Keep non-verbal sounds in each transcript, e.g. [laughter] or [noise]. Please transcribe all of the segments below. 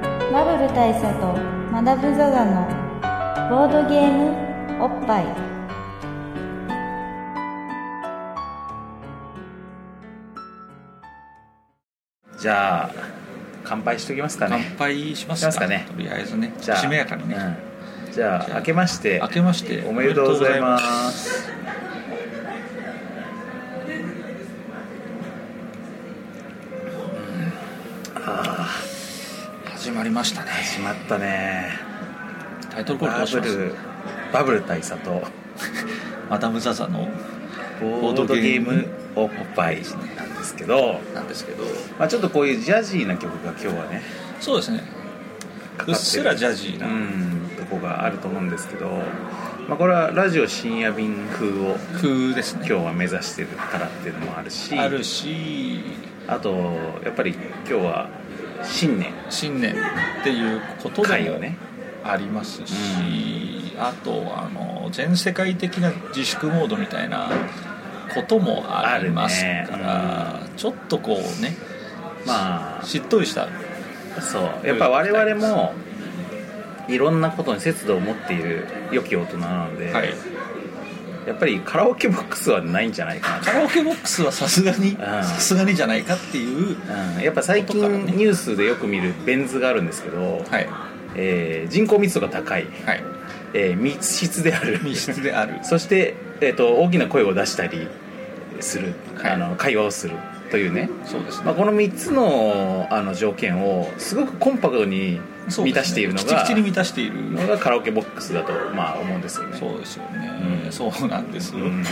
部大佐とマダブザザのボードゲームおっぱいじゃあ乾杯しときますか乾ね杯しますしまかすかねとりあえずねじゃあしめやかにね、うんじゃあじゃあ明けまして明けましておめでとうございます始まりましたねしまったねタイトルコールどバうしブますルバブル大佐とマダム・ザ・ザのボードゲームおっぱいなんですけど、なんですけどまあ、ちょっとこういうジャジーな曲が今日はねそうですねかかってうるっすらジャジーうなんとこがあると思うんですけど、まあ、これはラジオ深夜便風を風ですね今日は目指してるからっていうのもあるしあるしあとやっぱり今日は新年新年っていうこと会でをもねありますし、あとあの全世界的な自粛モードみたいなこともありますから、ちょっとこうねましっとりしたあそうやっぱ我々もいろんなことに節度を持っている良き大人なので、はい、やっぱりカラオケボックスはないんじゃないかカラオケボックスはさすがにんさすがにじゃないかっていうな、うん、やっぱ最近ことからねニュースでよく見るベン図があるんですけど、はいえー人口密度が高い、はいえー密室である密室であるそして、えー、と大きな声を出したりする、はいあの会話をするというね、そうですまあ、ねこの3つのあの条件をすごくコンパクトにそうですね満たしているのきちが,、きちに満たしているのがカラオケボックスだと、まあ、思うんですよね。そうですよね、うんそうなんです、うん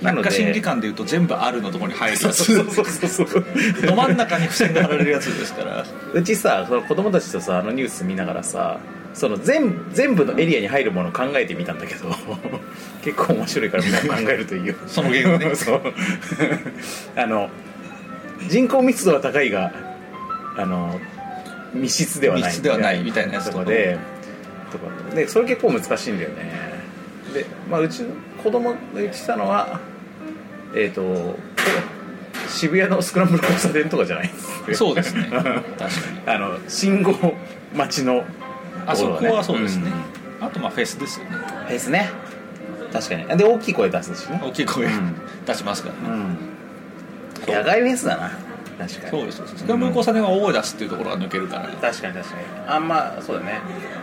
ななんのでか心理官でいうと全部あるのところに入るそやうそつうそうそうそうど真ん中に付箋が貼られるやつですからうちさその子供たちとさあのニュース見ながらさその全全部のエリアに入るものを考えてみたんだけど結構面白いからみんな考えるといいよそのゲームね [laughs] そうあの人口密度は高いがあの密室ではない密室ではないみたいなやつととかかでとかでそれ結構難しいんだよねで、まあ、うちの子供が言ってたのはえっ、と渋谷のスクランブル交差点とかじゃないそうですね確かに [laughs] あの信号待ちのあそことろはそうですねん、あとまあフェスですよねですね確かにで大きい声出すしね大きい声うん出しますからね、うん野外フェスだな確かそうにですそうですスクランブル交差点は大声出すっていうところが抜けるから確かに確かにあんまそうだね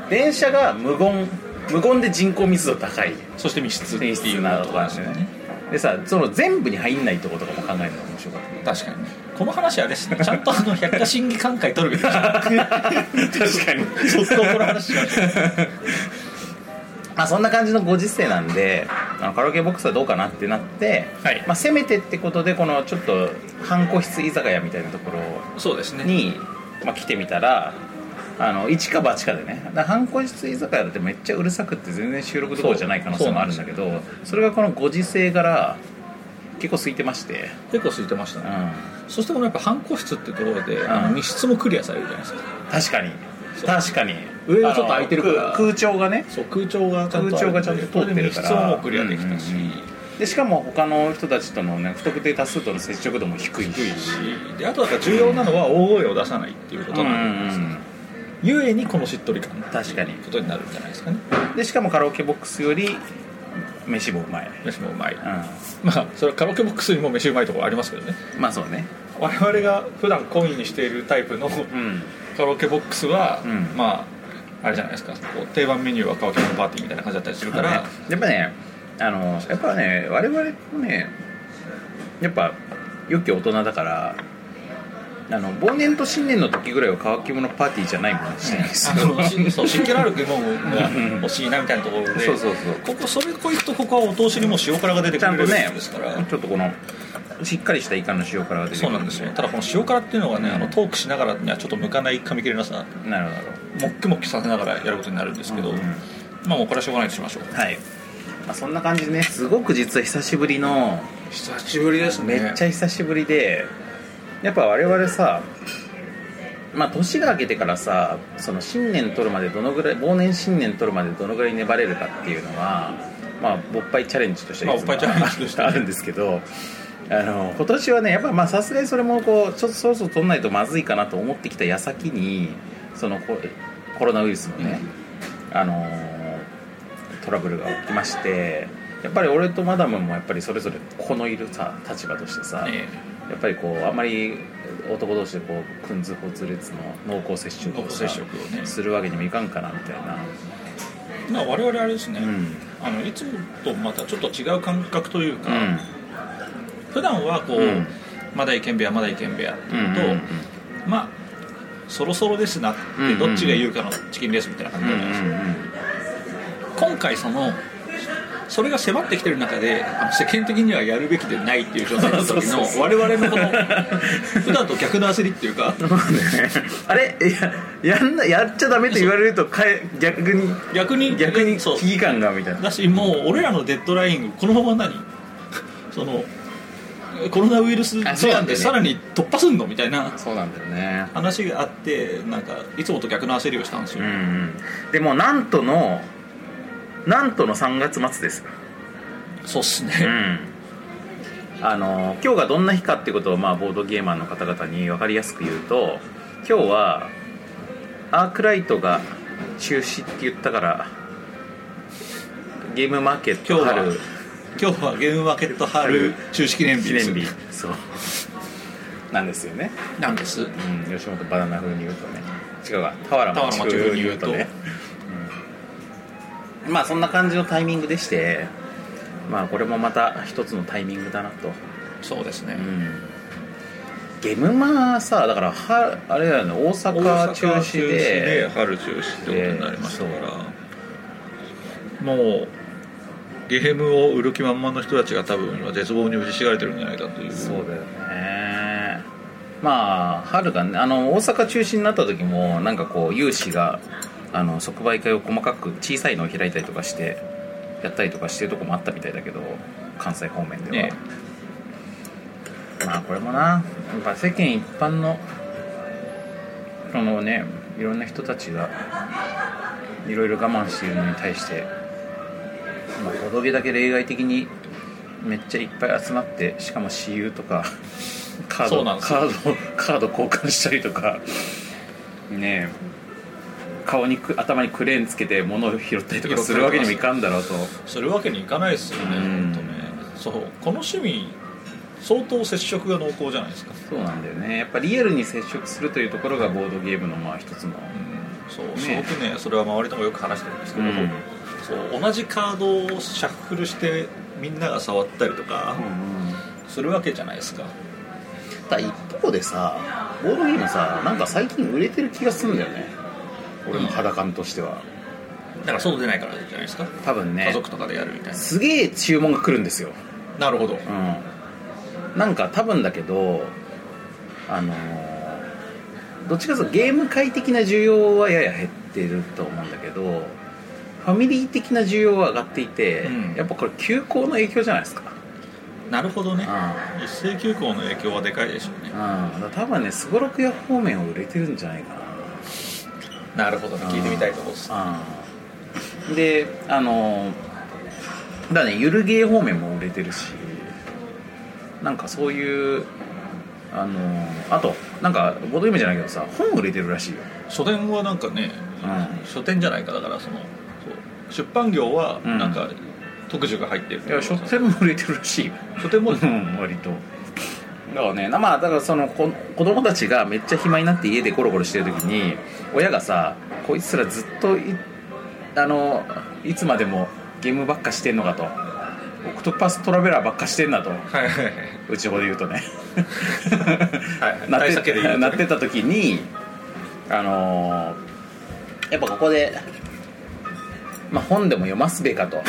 電車が無言無言で人口密度高いそして密室って密い室うなのととかなかんですだよよねねでさその全部に入んないとことかも考えるのが面白かっ確かにねこの話あれですねちゃんとあの百科審議官会取るべきでしたた確かにちょっとこの話しましょうまあ、そんな感じのご時世なんであのカラオケボックスはどうかなってなって、はいまあ、せめてってことでこのちょっと半個室居酒屋みたいなところそうですねに、まあ、来てみたらあの一か八かでねだから半個室居酒屋だってめっちゃうるさくって全然収録どころじゃない可能性もあるんだけどそれがこのご時世から結構空いてまして、結構空いてましたうね、ん、そしてこのやっぱ半個室ってところで、んあの密室もクリアされるじゃないですか確かにそう確かに上がちょっと空いてるからあの空空調がねそう空調がちゃんと空調がちゃんと通ってるからこれで密室もクリアできたし、うんうんでしかも他の人たちとのね不特定多数との接触度も低いし低いしであとだから重要なのは大声を出さないっていうことなんですよ、ゆえにこのしっとり感って確かにいうことになるんじゃないですかねでしかもカラオケボックスより飯もうまい、飯もうまい、うまあそれはカラオケボックスにも飯うまいところありますけどねん、まあそうね我々が普段懇意にしているタイプのうんカラオケボックスは、うんまああれじゃないですかこう定番メニューはカラオケのパーティーみたいな感じだったりするだかからら、やっぱねあのやっぱね我々もねやっぱ良き大人だからあの忘年と新年の時ぐらいは乾き物パーティーじゃないものにしてないんですよ、あのしそう湿気のある食い物が欲しいなみたいなところで [laughs] そうそうそうここそれこいとここはお通しにもう塩辛が出てちくゃんるとレベねルですから、ちょっとこのしっかりしたイカの塩辛が出てくるそうなんですよただこの塩辛っていうのがね、あのトークしながらにはちょっと向かない噛み切れなさなるほどもっきもっきさせながらやることになるんですけど、うんうんまあもうこれはしょうがないとしましょうはい、まあ、そんな感じでねすごく実は久しぶりの久しぶりですめっちゃ久しぶりでやっぱ我々さまあ年が明けてからさその新年取るまでどのぐらい忘年新年取るまでどのぐらい粘れるかっていうのはまあ勃発チャレンジとしてまあいつも勃発チャレンジとしてね [laughs] あるんですけどあの今年はねやっぱまあさすがにそれもこうちょっとそろそろ取んないとまずいかなと思ってきた矢先にそのこうコロナウイルスのね、あのートラブルが起きましてやっぱり俺とマダムもやっぱりそれぞれ子のいるさ立場としてさ、ねやっぱりこうあんまり男同士でこうくんずほつれつの濃厚接触を濃厚さ接触をねするわけにもいかんかなみたいな、まあ我々あれですね、うんあのいつもとまたちょっと違う感覚といううか、ん、普段はこう、うんまだいけんべやまだいけんべやってういんうと、まあそろそろですなって、うんうんどっちが言うかのチキンレースみたいな感うじんじうゃんなういんでうすんか、今回そのそれが迫ってきてる中であの世間的にはやるべきでないっていう状態の時 [laughs] そのうそうそう我々のこの普段と逆の焦りっていう [laughs] か [laughs] あれいややんなやっちゃダメって言われるとかえ逆に逆に逆にそう危機感がみたいなだしもう俺らのデッドラインこのまま何そのコロナウイルスあそうな事案んだでよねさらに突破すんのみたいなそうなんだよね話があってなんかいつもと逆の焦りをしたんですうよ、んうんでもなんとのなんとの3月末ですよそうっすうね、んあの今日がどんな日かってことを、まあ、ボードゲーマーの方々に分かりやすく言うと今日はアークライトが中止って言ったからゲームマーケッ今ト日は春今日はゲームマーケット春中止記念日記です念日そうなんですよね、なんですうん、吉本バナナ風に言うとね違うわ俵町風に言うとねうんまあそんな感じのタイミングでしてまあこれもまた一つのタイミングだなとそうですね、うんゲムマさだからはあれだよね大大阪阪中止でで春中止ってことになりましたからもうゲームを売る気満々の人たちが多分今絶望に打ちひしがれてるんじゃないかというそうだよねまあ春がねあの大阪中止になった時もなんかこう有志があの即売会を細かく小さいのを開いたりとかしてやったりとかしてるとこもあったみたいだけど関西方面では、ねまあこれもなやっぱ世間一般のそのねいろんな人たちがいろいろ我慢しているのに対してまあボドゲだけ例外的にめっちゃいっぱい集まってしかも私有とかカーそドうなんですカードカード交換したりとかねえ顔にく頭にクレーンつけて物を拾ったりとかするわけにもいかんだろうとするわけにいかないですよね、うん本当ねそうこの趣味相当接触が濃厚じゃないですか、そうなんだよねやっぱリアルに接触するというところがボードゲームのまあ一つのうん、そうすねごくねそれは周りともよく話してるんですけど、うんそう同じカードをシャッフルしてみんなが触ったりとかするわけじゃないですか、ただ一方でさボードゲームさなんか最近売れてる気がするんだよね俺の肌感としてはだから外出ないからじゃないですか多分ね家族とかでやるみたいなすげえ注文が来るんですよなるほどうんなんか多分だけどあのーどっちかというとゲーム界的な需要はやや減ってると思うんだけどファミリー的な需要は上がっていて、うんやっぱこれ休校の影響じゃないですか、なるほどねうん一斉休校の影響はでかいでしょううねん、だから多分ねすごろくや方面を売れてるんじゃないかなるほどねうん聞いてみたいところですな、うん、であのだからねゆるゲー方面も売れてるしなんかそういうあのあとなんかボードゲームじゃないけどさ本売れてるらしいよ、書店はなんかねう書店じゃないかだからそのそう出版業はうんなんか特需が入ってるん、いや書店も売れてるらしいよ [laughs] 書店もうん割とだからねまあだからそのこ子供たちがめっちゃ暇になって家でゴロゴロしてる時に親がさこいつらずっといあのいつまでもゲームばっかしてんのかとオクトパストラベラーばっかしてんなとはいはいはいうちほど言うとねはいなっ [laughs] 対て策で言うとなって [laughs] た時にあのーやっぱここで、まあ、本でも読ますべかと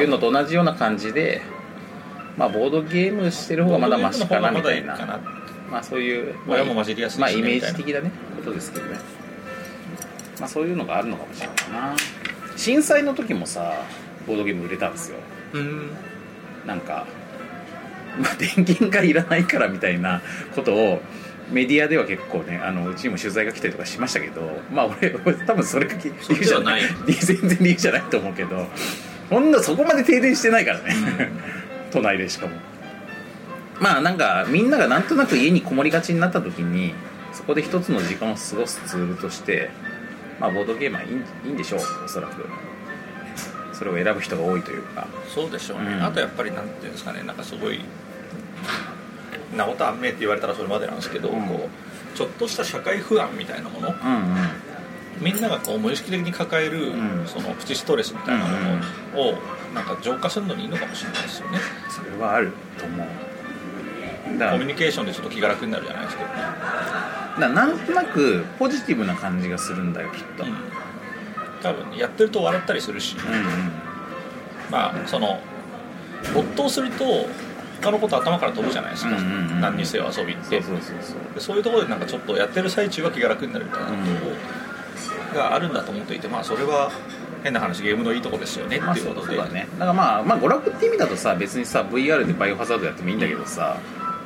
いうのと同じような感じで、まあ、ボードゲームしてる方がまだマシかなみたいなボードゲームの方がまだいいかまあ、そういう、まあ、親も混じりやすいしねまあ、イメみーたいジな的だねことですけどね、まあ、そういうのがあるのかもしれないな震災の時もさボードゲーム売れたんですようんなんか、まあ、電源がいらないからみたいなことをメディアでは結構ねあのうちにも取材が来たりとかしましたけどまあ俺俺多分それがき理そっ由ちじゃはなないい全然理由じゃないと思うけどほんのそこまで停電してないからね都内でしかもまあなんかみんながなんとなく家にこもりがちになった時にそこで一つの時間を過ごすツールとしてまあ、ボードゲームはいいんいいんでしょうおそらくそれを選ぶ人が多いというかそうでしょうね、うんあとやっぱりなんていうんですかねなんかすごいんなことあんめえって言われたらそれまでなんですけど、うんこうちょっとした社会不安みたいなものうんうんみんながこう無意識的に抱える、うんそのプチストレスみたいなものを、なんか浄化するのにいいのかもしれないですよねそれはあると思うだからコミュニケーションでちょっと気が楽になるじゃないですけどね、だからなんとなくポジティブな感じがするんだよきっと、うん多分やってると笑ったりするし、まあその没頭すると他のこと頭から飛ぶじゃないですか、うんうんうん何にせよ遊びっそてうそうそうそうでそういうところでなんかちょっとやってる最中は気が楽になるみたいなとこがあるんだと思っていてまあそれは変な話ゲームのいいとこですよねまっあていそううことそで、うだねだからまあ、まあ、娯楽って意味だとさ別にさ VR でバイオハザードやってもいいんだけどさ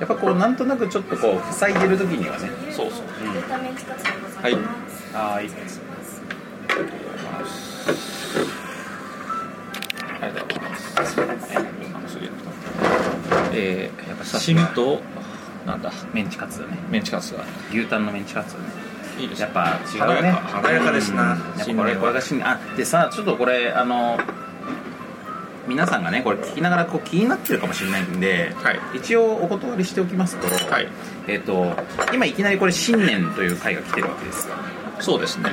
やっぱこうなんとなくちょっとこう塞いでる時にはねそうそうはいああいいですありがとうございますなんかすげええー、やっぱさす刺が身となんだメンチカツだねメンチカツが牛タンのメンチカツだねいいですやねっぱ違華うねやか華やかですなうんやっぱ新こ年れはこれが新年あでさちょっとこれあの皆さんがねこれ聞きながらこう気になってるかもしれないんで、はい一応お断りしておきますと、はいえっ、と今いきなりこれ新年という回が来てるわけですそうですね、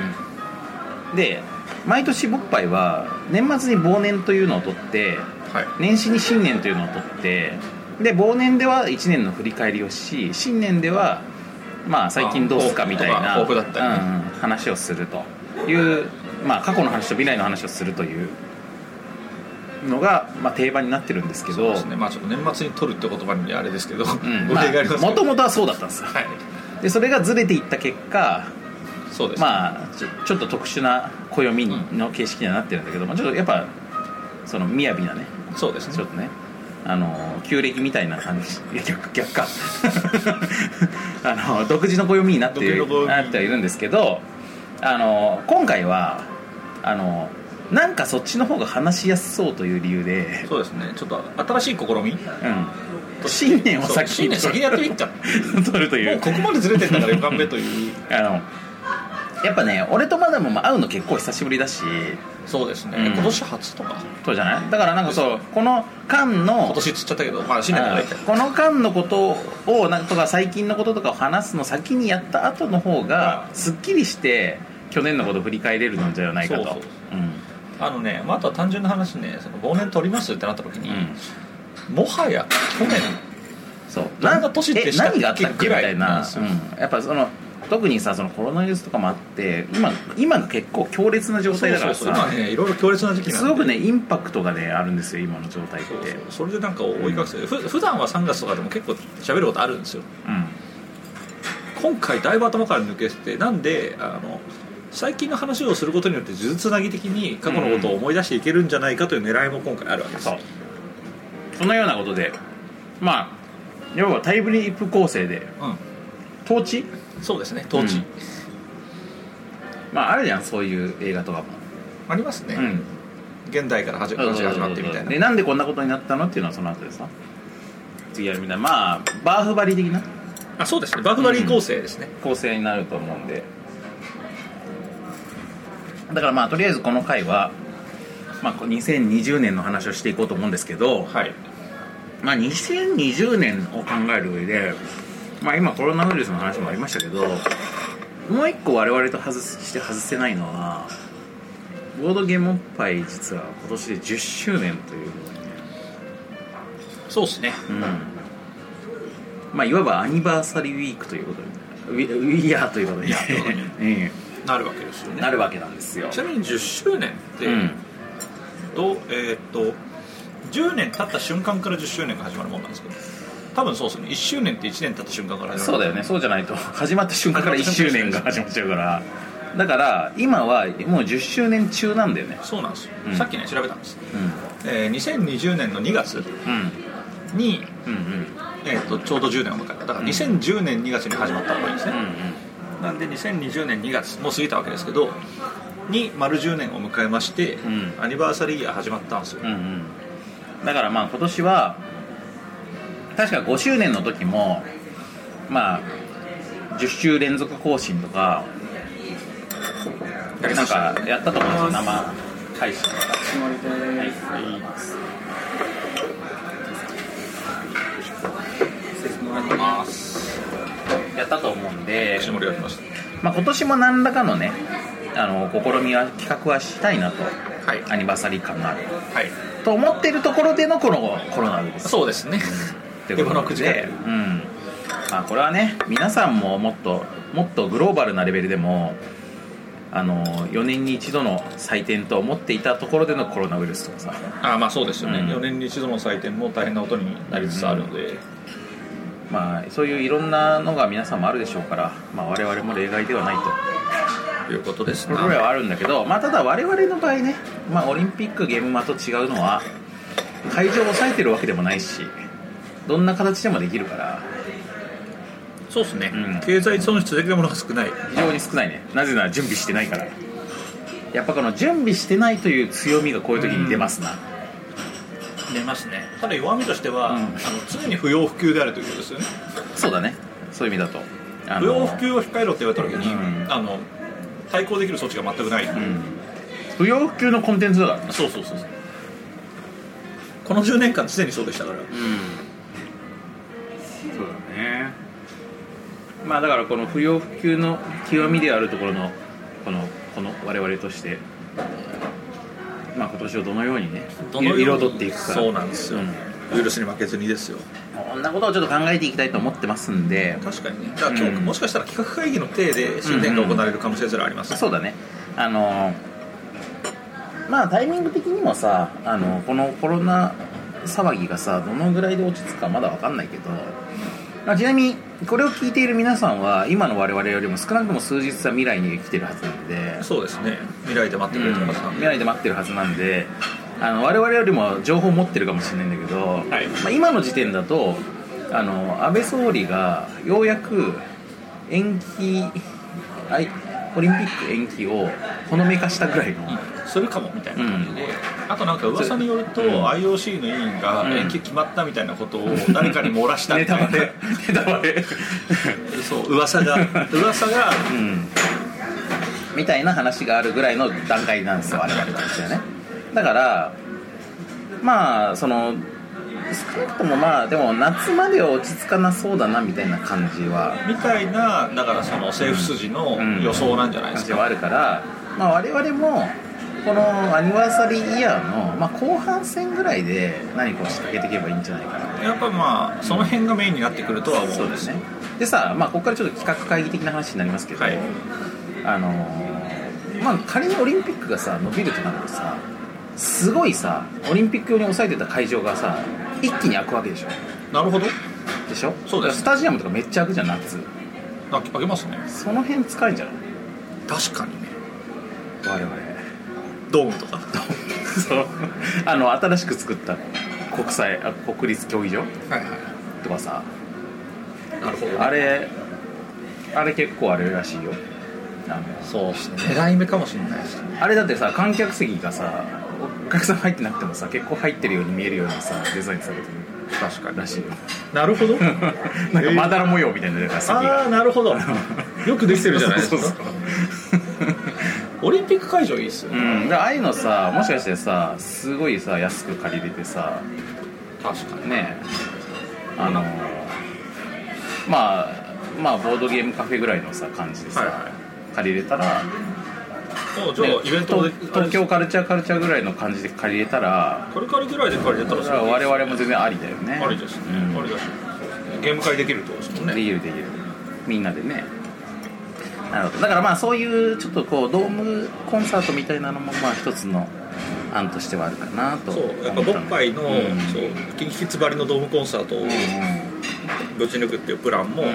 で毎年僕パイは年末に忘年というのを取ってはい年始に新年というのを取ってで忘年では1年の振り返りをし新年ではまあ最近どうすかみたいなあ抱負とか抱負だったりうんうん話をするという、まあ、過去の話と未来の話をするというのが、まあ、定番になってるんですけそうどですねまあちょっと年末に取るって言葉にあれですけど、うん語ま弊がありますあけもどともとはそうだったんですよはいでそれがずれていった結果そうです、あ、まあちょちょっと特殊な暦の形式にはなってるんだけど、まあ、ちょっとやっぱその雅なねそうですちょねっとねあの旧暦みたいな感じいや逆逆か [laughs] あの独自の暦になって独自の暦なってはいるんですけどあの今回はあのなんかそっちの方が話しやすそうという理由で、そうですねちょっと新しい試みうん、新年をそう先新に年先にやってみっかも取るといううここまでずれてんだからよかんべというあのやっぱね俺とマダムも会うの結構久しぶりだしそうですね、うん今年初とかそうじゃないだからなんかそうこの間の今年っつっちゃったけどまあ新年だはかいらこの間のことをなんとか最近のこととかを話すの先にやった後の方がすっきりして去年のことを振り返れるのではないかとそうそううんあのね、まあ、あとは単純な話ねその忘年取りますってなった時に、うんもはや去年そうどんな年でえしたっけ何があったっけぐみらいたいな、うんうんやっぱその特にさそのコロナウイルスとかもあって今今が結構強烈な状態だからそうそうそうさ今ねいろいろ強烈な時期なんですごくねインパクトがねあるんですよ今の状態ってそうそうそれでなんか追いかけて、ふ普段は3月とかでも結構喋ることあるんですようん今回だいぶ頭から抜けててなんであの最近の話をすることによって数珠つなぎ的に過去のことを思い出していけるんじゃないかという狙いも今回あるわけです、そうそのようなことでまあ要はタイムリープ構成でう統治ん、そうですね当時、うんまああるじゃんそういう映画とかも、ありますね、うん、現代から始ま話が始まってみたいなでなんでこんなことになったのっていうのはその後でさ次やるみたいなまあバーフバリ的なあそうですねバーフバリー構成ですね、構成になると思うんでだからまあとりあえずこの回は、まあ、こう2020年の話をしていこうと思うんですけど、はいまあ、2020年を考える上で、まあ、今コロナウイルスの話もありましたけどもう一個我々と外すして外せないのはボードゲームおっぱい実は今年で10周年ということでねそうですねうんまあいわばアニバーサリーウィークということにウィウィイヤーということにイヤーということに [laughs] えなるわけですよえねなるわけなんですよちなみに10周年って、うんとえーっと10年経った瞬間から10周年が始まるもんなんですけど多分そうですね1周年って1年経った瞬間から始まそうるだよねそうじゃないと始まった瞬間から1周年が始まっちゃうからだから今はもう10周年中なんだよねそうなんですよ、うんさっきね調べたんです、うえー2020年の2月んうんに、うんうんえー、とちょうど10年を迎えただから2010年2月に始まった方がいいですね、なんで2020年2月もう過ぎたわけですけどに丸10年を迎えまして、んアニバーサリーイヤー始まったんですよ、うんうんうんだからまあ今年は確か5周年の時もまあ10週連続更新とかなんかやったと思うんですよ生配信はいますやったと思うんで、盛り上がりましたまあ、今年も何らかのねあの試みは企画はしたいなとはいアニバーサリー感があるはいと思ってるところでのこのコロナウイルスそうですねってことなの今の口がで、うんまあ、これはね皆さんももっともっとグローバルなレベルでもあの4年に一度の祭典と思っていたところでのコロナウイルスとかさああまあそうですよね、うん4年に一度の祭典も大変なことになりつつあるので、まあそういういろんなのが皆さんもあるでしょうから、まあ、我々も例外ではないとということですこれなぐらいはあるんだけど、まあ、ただ我々の場合ね、まあ、オリンピックゲームマと違うのは会場を抑えてるわけでもないしどんな形でもできるからそうですね、うん経済損失できるものが少ない非常に少ないねなぜなら準備してないからやっぱこの準備してないという強みがこういう時に出ますな、出ますねただ弱みとしては、うんあの常に不要不急であるということですよねそうだねそういう意味だとあ不の要不急を控えろって言われた時に、うんあの対抗できる措置が全くない、うん不要不急のコンテンツだからねそうそうそうそうこの10年間常にそうでしたからそうだねまあだからこの不要不急の極みであるところのこのこの我々としてまあ今年をどのようにね彩っていくかそうなんですよ、うんウイルスに負けずにですよこんなことをちょっと考えていきたいと思ってますんで確かにねだから今日、うんもしかしたら企画会議の体で新年が行われる可能性すらあります、そうだねあのまあタイミング的にもさあのこのコロナ騒ぎがさどのぐらいで落ち着くかまだ分かんないけど、まあ、ちなみにこれを聞いている皆さんは今の我々よりも少なくとも数日は未来に生きてるはずなんでそうですね未来で待ってくれてるはずなん未で、来で待ってるはずなんであの我々よりも情報持ってるかもしれないんだけど、いまあ、今の時点だとあの安倍総理がようやく延期あいオリンピック延期をほのめかしたぐらいの、うんするかもみたいな感じで、あとなんか噂によると、うん IOC の委員がうん延期決まったみたいなことを誰かに漏らし [laughs] たネみたタいな、バ [laughs] レネタバレそう噂 [laughs] が噂がうんみたいな話があるぐらいの段階なんですよ我々としてはねだからまあその少なくともまあでも夏までは落ち着かなそうだなみたいな感じはみたいなだからその政府筋のうん予想なんじゃないで感すじか、はあるから、まあ、我々もこのアニバーサリーイヤーの、まあ、後半戦ぐらいで何かを仕掛けていけばいいんじゃないかなやっぱまあその辺がメインになってくるとは思そううんでですすねでさ、まあ、ここからちょっと企画会議的な話になりますけど、はいあのーまあ仮にオリンピックがさ伸びるとなるとさすごいさオリンピック用に抑えてた会場がさ一気に開くわけでしょなるほどでしょそうだかですらスタジアムとかめっちゃ開くじゃん夏ああげますねその辺使えんじゃない確かにね我々 [laughs] ドームとかそうあの新しく作った国際あ国立競技場はいはとかさいなるほどあれあれ結構あれらしいよあのそうですね狙い目かもしれないですねあれだってさ観客席がさお客さん入ってなくてもさ結構入ってるように見えるようなさデザインされてる確からしい [laughs] よなるほどなんかまだら模様みたいなのが先あがあなるほ [laughs] どよくできてるじゃないですそうそかうオリンピック会場いいっすよそううんだからああいうのさもしかしてさすごいさ安く借りれてさ確かにねえあのまあまあボードゲームカフェぐらいのさ感じでさ、はいはい借りれたらもうじゃあねイベントで東東京カルチャーカルチャーぐらいの感じで借りれたらカリカリぐらいで借りれたらそれは我々も全然ありだよねありですね、うんありだしゲーム会できるってことですもんでねきるできるみんなでねなるほどだからまあそういうちょっとこうドームコンサートみたいなのもまあ一つの案としてはあるかなとそうやっぱ思ボたんッだパイの、うんそうキンキキッズばりのドームコンサートをぶち抜くっていうプランも、うんうん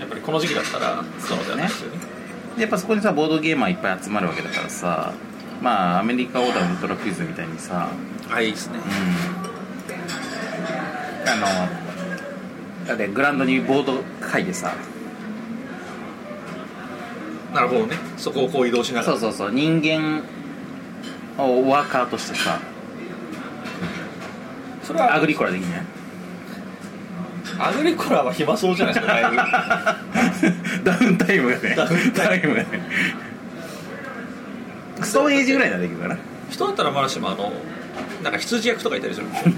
やっぱりこの時期だったらそうじゃないですよねでやっぱそこにさボードゲーマーいっぱい集まるわけだからさまあアメリカオーダーのウルトラクイズみたいにさあいいですねうんあのだってグラウンドにボード書いてさなるほどねそこをこう移動しながそらうそうそう人間をワーカーとしてさそれはアグリコラでいいねアグリコラは暇そう [laughs] じゃないですかだいぶダウンタイムがねダウンタイムがねクソエイジぐらいならできるかな人だったらまだしもあのなんか羊役とかいたりするんでしょ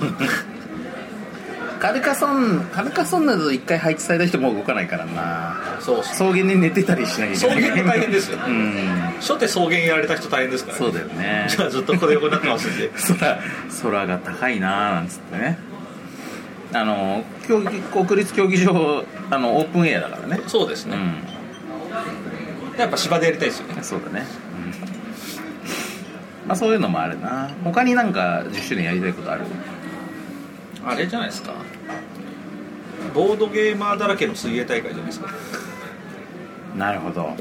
カルカソンカルカソンなど一回配置された人もう動かないからなそうそう草原で寝てたりしなきゃいけ草ない原って大変ですようん初手草原やられた人大変ですから、そうだよねじゃあずっとここで横になってますんで空空が高いなーなんつってねあの競技国立競技場あのオープンエアだからねそうですうね、んやっぱ芝でやりたいですよねそうだね、うん、まあそういうのもあるな他になんか10周年やりたいことあるあれじゃないですかボードゲーマーだらけの水泳大会じゃないですかなるほど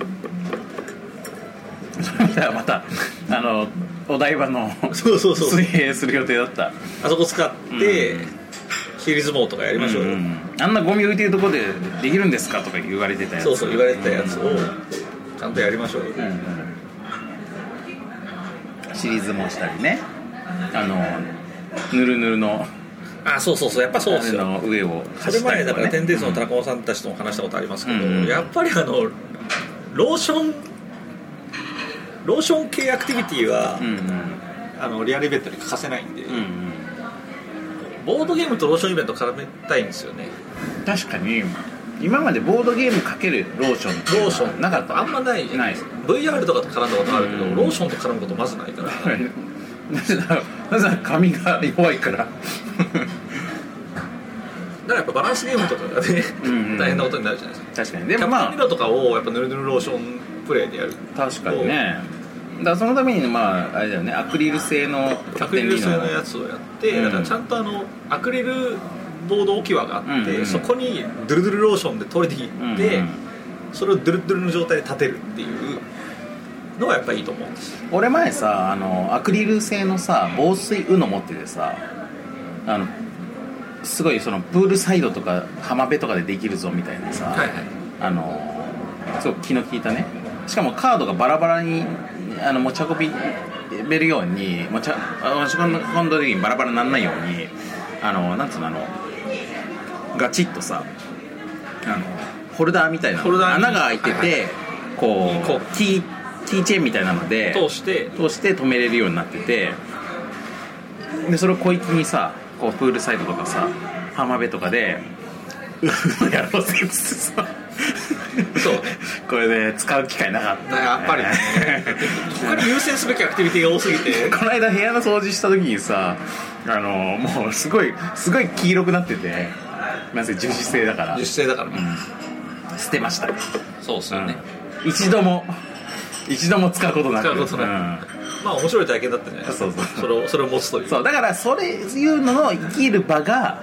そしたらまたあのお台場のそうそうそう水泳する予定だったあそこ使って、ヒリ相撲とかやりましょうよ、んあんなゴミ浮いてるとこでできるんですかとか言われてたやつそうそう言われてたやつうをちゃんとやりましょうよ、んうんシリーズもしたりねあのぬるぬるのあそうそうそうやっぱそうですあのよ上をそれ前だから走天ったり然とのタラコンさんたちとも話したことありますけど、うんやっぱりあのローションローション系アクティビティは、うんうんあのリアルイベントに欠かせないんで、うんうんボードゲームとローションイベント絡めたいんですよね確かに今までボードゲームかけるローションっていうのロはーションなかったあんまないじゃないない VR とかと絡んだことあるけど、うんローションと絡むことまずないからなぜならなぜなら髪が弱いからだからやっぱバランスゲームとかがね、うんうん [laughs] 大変なことになるじゃないですか確かにでキもャプまテンあミロとかをやっぱヌルヌルローションプレイでやる確かにねだからそのためにまああれだよねアクリル製のキャアプクテリンリルー製ノのやつをやって、うんだからちゃんとあのアクリルボード置き場があって、うんうんそこにドゥルドゥルローションで取りに行って、うんうんそれをドゥルドゥルの状態で立てるっていうのがやっぱりいいと思うんです俺前さあのアクリル製のさ防水ウノ持っててさあのすごいそのプールサイドとか浜辺とかでできるぞみたいなさ、はいはいあのすごく気の利いたねしかもカードがバラバラにあの持ち運びべるように持ちあ持ち込んだ時にバラバラにならないようにあのなんつうのあのガチッとさあのホルダーみたいなホルダーに穴が開いてて、はいはいこうこうキーキーチェーンみたいなので通して通して止めれるようになっててでそれを小粋にさこうプールサイドとかさ浜辺とかで [laughs] 「やろうぜ」っつってさそうねこれで使う機会なかった、やっぱりね他に優先すべきアクティビティが多すぎ [laughs] てこの間部屋の掃除した時にさあのもうすごいすごい黄色くなっててなんせ樹脂製だから自主性だからね、捨てました、そうですよね、うん一度も一度も使うことなく使うことなうんまあ面白い体験だったんじゃないですかそうそうれをそれを持つというそうだからそれいうのの生きる場が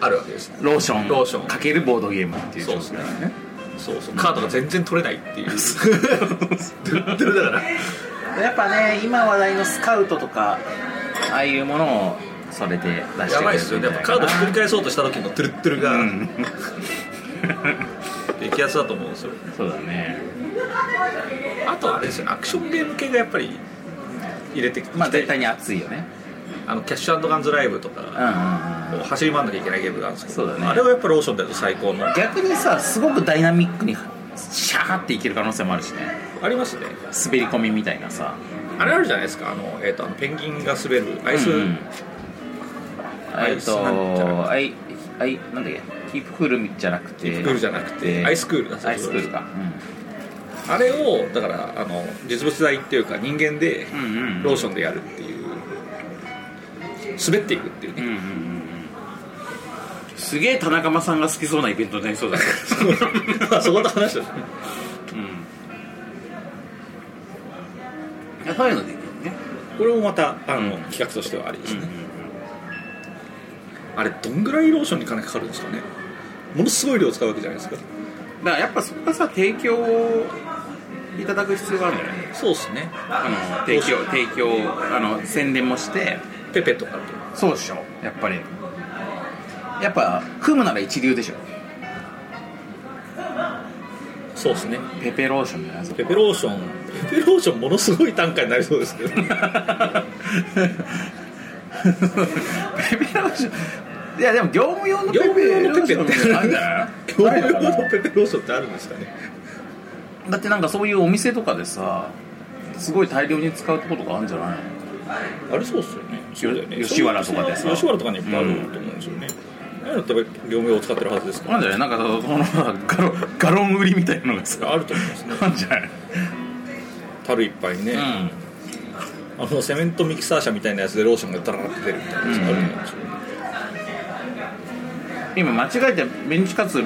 あるわけですねローションローションかけるボードゲームっていう状況だよねそうそうカードが全然取れないっていうドゥルドゥルだからやっぱね今話題のスカウトとかああいうものをそれで出して [laughs] やくばいれっすよるんねじゃやっないかなぱカードひっくり返そうとした時のトゥルットゥルが [laughs] うん激アツだと思うんですよそうだねあとあれですよねアクションゲーム系がやっぱり入れてきて、まあ絶対に熱いよねあのキャッシュガンズライブとうんかうんうんこう走り回んなきゃいけないゲームがあるんですけどそうだねあれはやっぱローションだと最高のあ逆にさすごくダイナミックにシャーっていける可能性もあるしねりますね滑り込みみたいなさあれあるじゃないですかあの、えー、とあのペンギンが滑るアイス、うんうんアえイっスなんちゃらとアイアイなんだっけキープクールじゃなくてキープクールじゃなくてアイスクールだアイスクールかあれをだからあの実物大っていうか人間でうんうんうんローションでやるっていう滑っていくっていう [laughs] ね、すげえ田中間さんが好きそうなイベントになりそうだねあそこの話だねいやそういうのできるねこれもまたあの、うん企画としてはありですね、あれどんぐらいローションに金かかるんですかねものすごい量使うわけじゃないですかだからやっぱそこはさ提供をいただく必要があるんじゃないそうですねあの提供提供あの宣伝もしてペペとかとそうでしょやっぱりやっぱ組むなら一流でしょそうですねペペローションじゃないそこペペローションペペローションものすごい単価になりそうです [laughs] けどペペローションいやでも業務用のペ業務ペ用ロのーペシペョっンてじゃないんじゃない業ない務のかな用のペペローションってあるんですかねだってなんかそういうお店とかでさすごい大量に使うとことかあるんじゃないのあれそうっすよねそうだよね吉原とかでさ吉原とかにいっぱいあると思うんですよね、ああいうのってやっぱり業務用を使ってるはずですかあらんじゃないなんかそのそのガロガロン売りみたいなのがさあると思い [laughs] ますねあんじゃない樽いっぱいにね、うんあのセメントミキサー車みたいなやつでローションがダラダラって出るみたいなやつがあるんですよね、今間違えてメンチカツ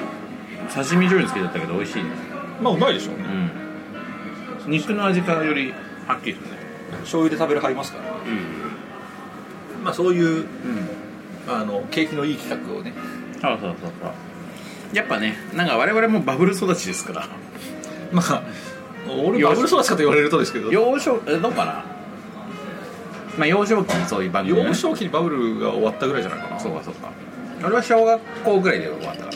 刺身醤油につけちゃったけど美味しいねまあうまいでしょうねうん肉の味からよりはっきりするね醤油で食べる派いますから、ね、うんまあそういううんあの景気のいい企画をねそうそうそうそうやっぱねなんか我々もバブル育ちですからまあ俺バブル育ちかと言われるとですけど幼少えどうかなまあ幼少期にそういう番組、ね、幼少期にバブルが終わったぐらいじゃないかなそうかそうか俺は小学校ぐらいで終わったから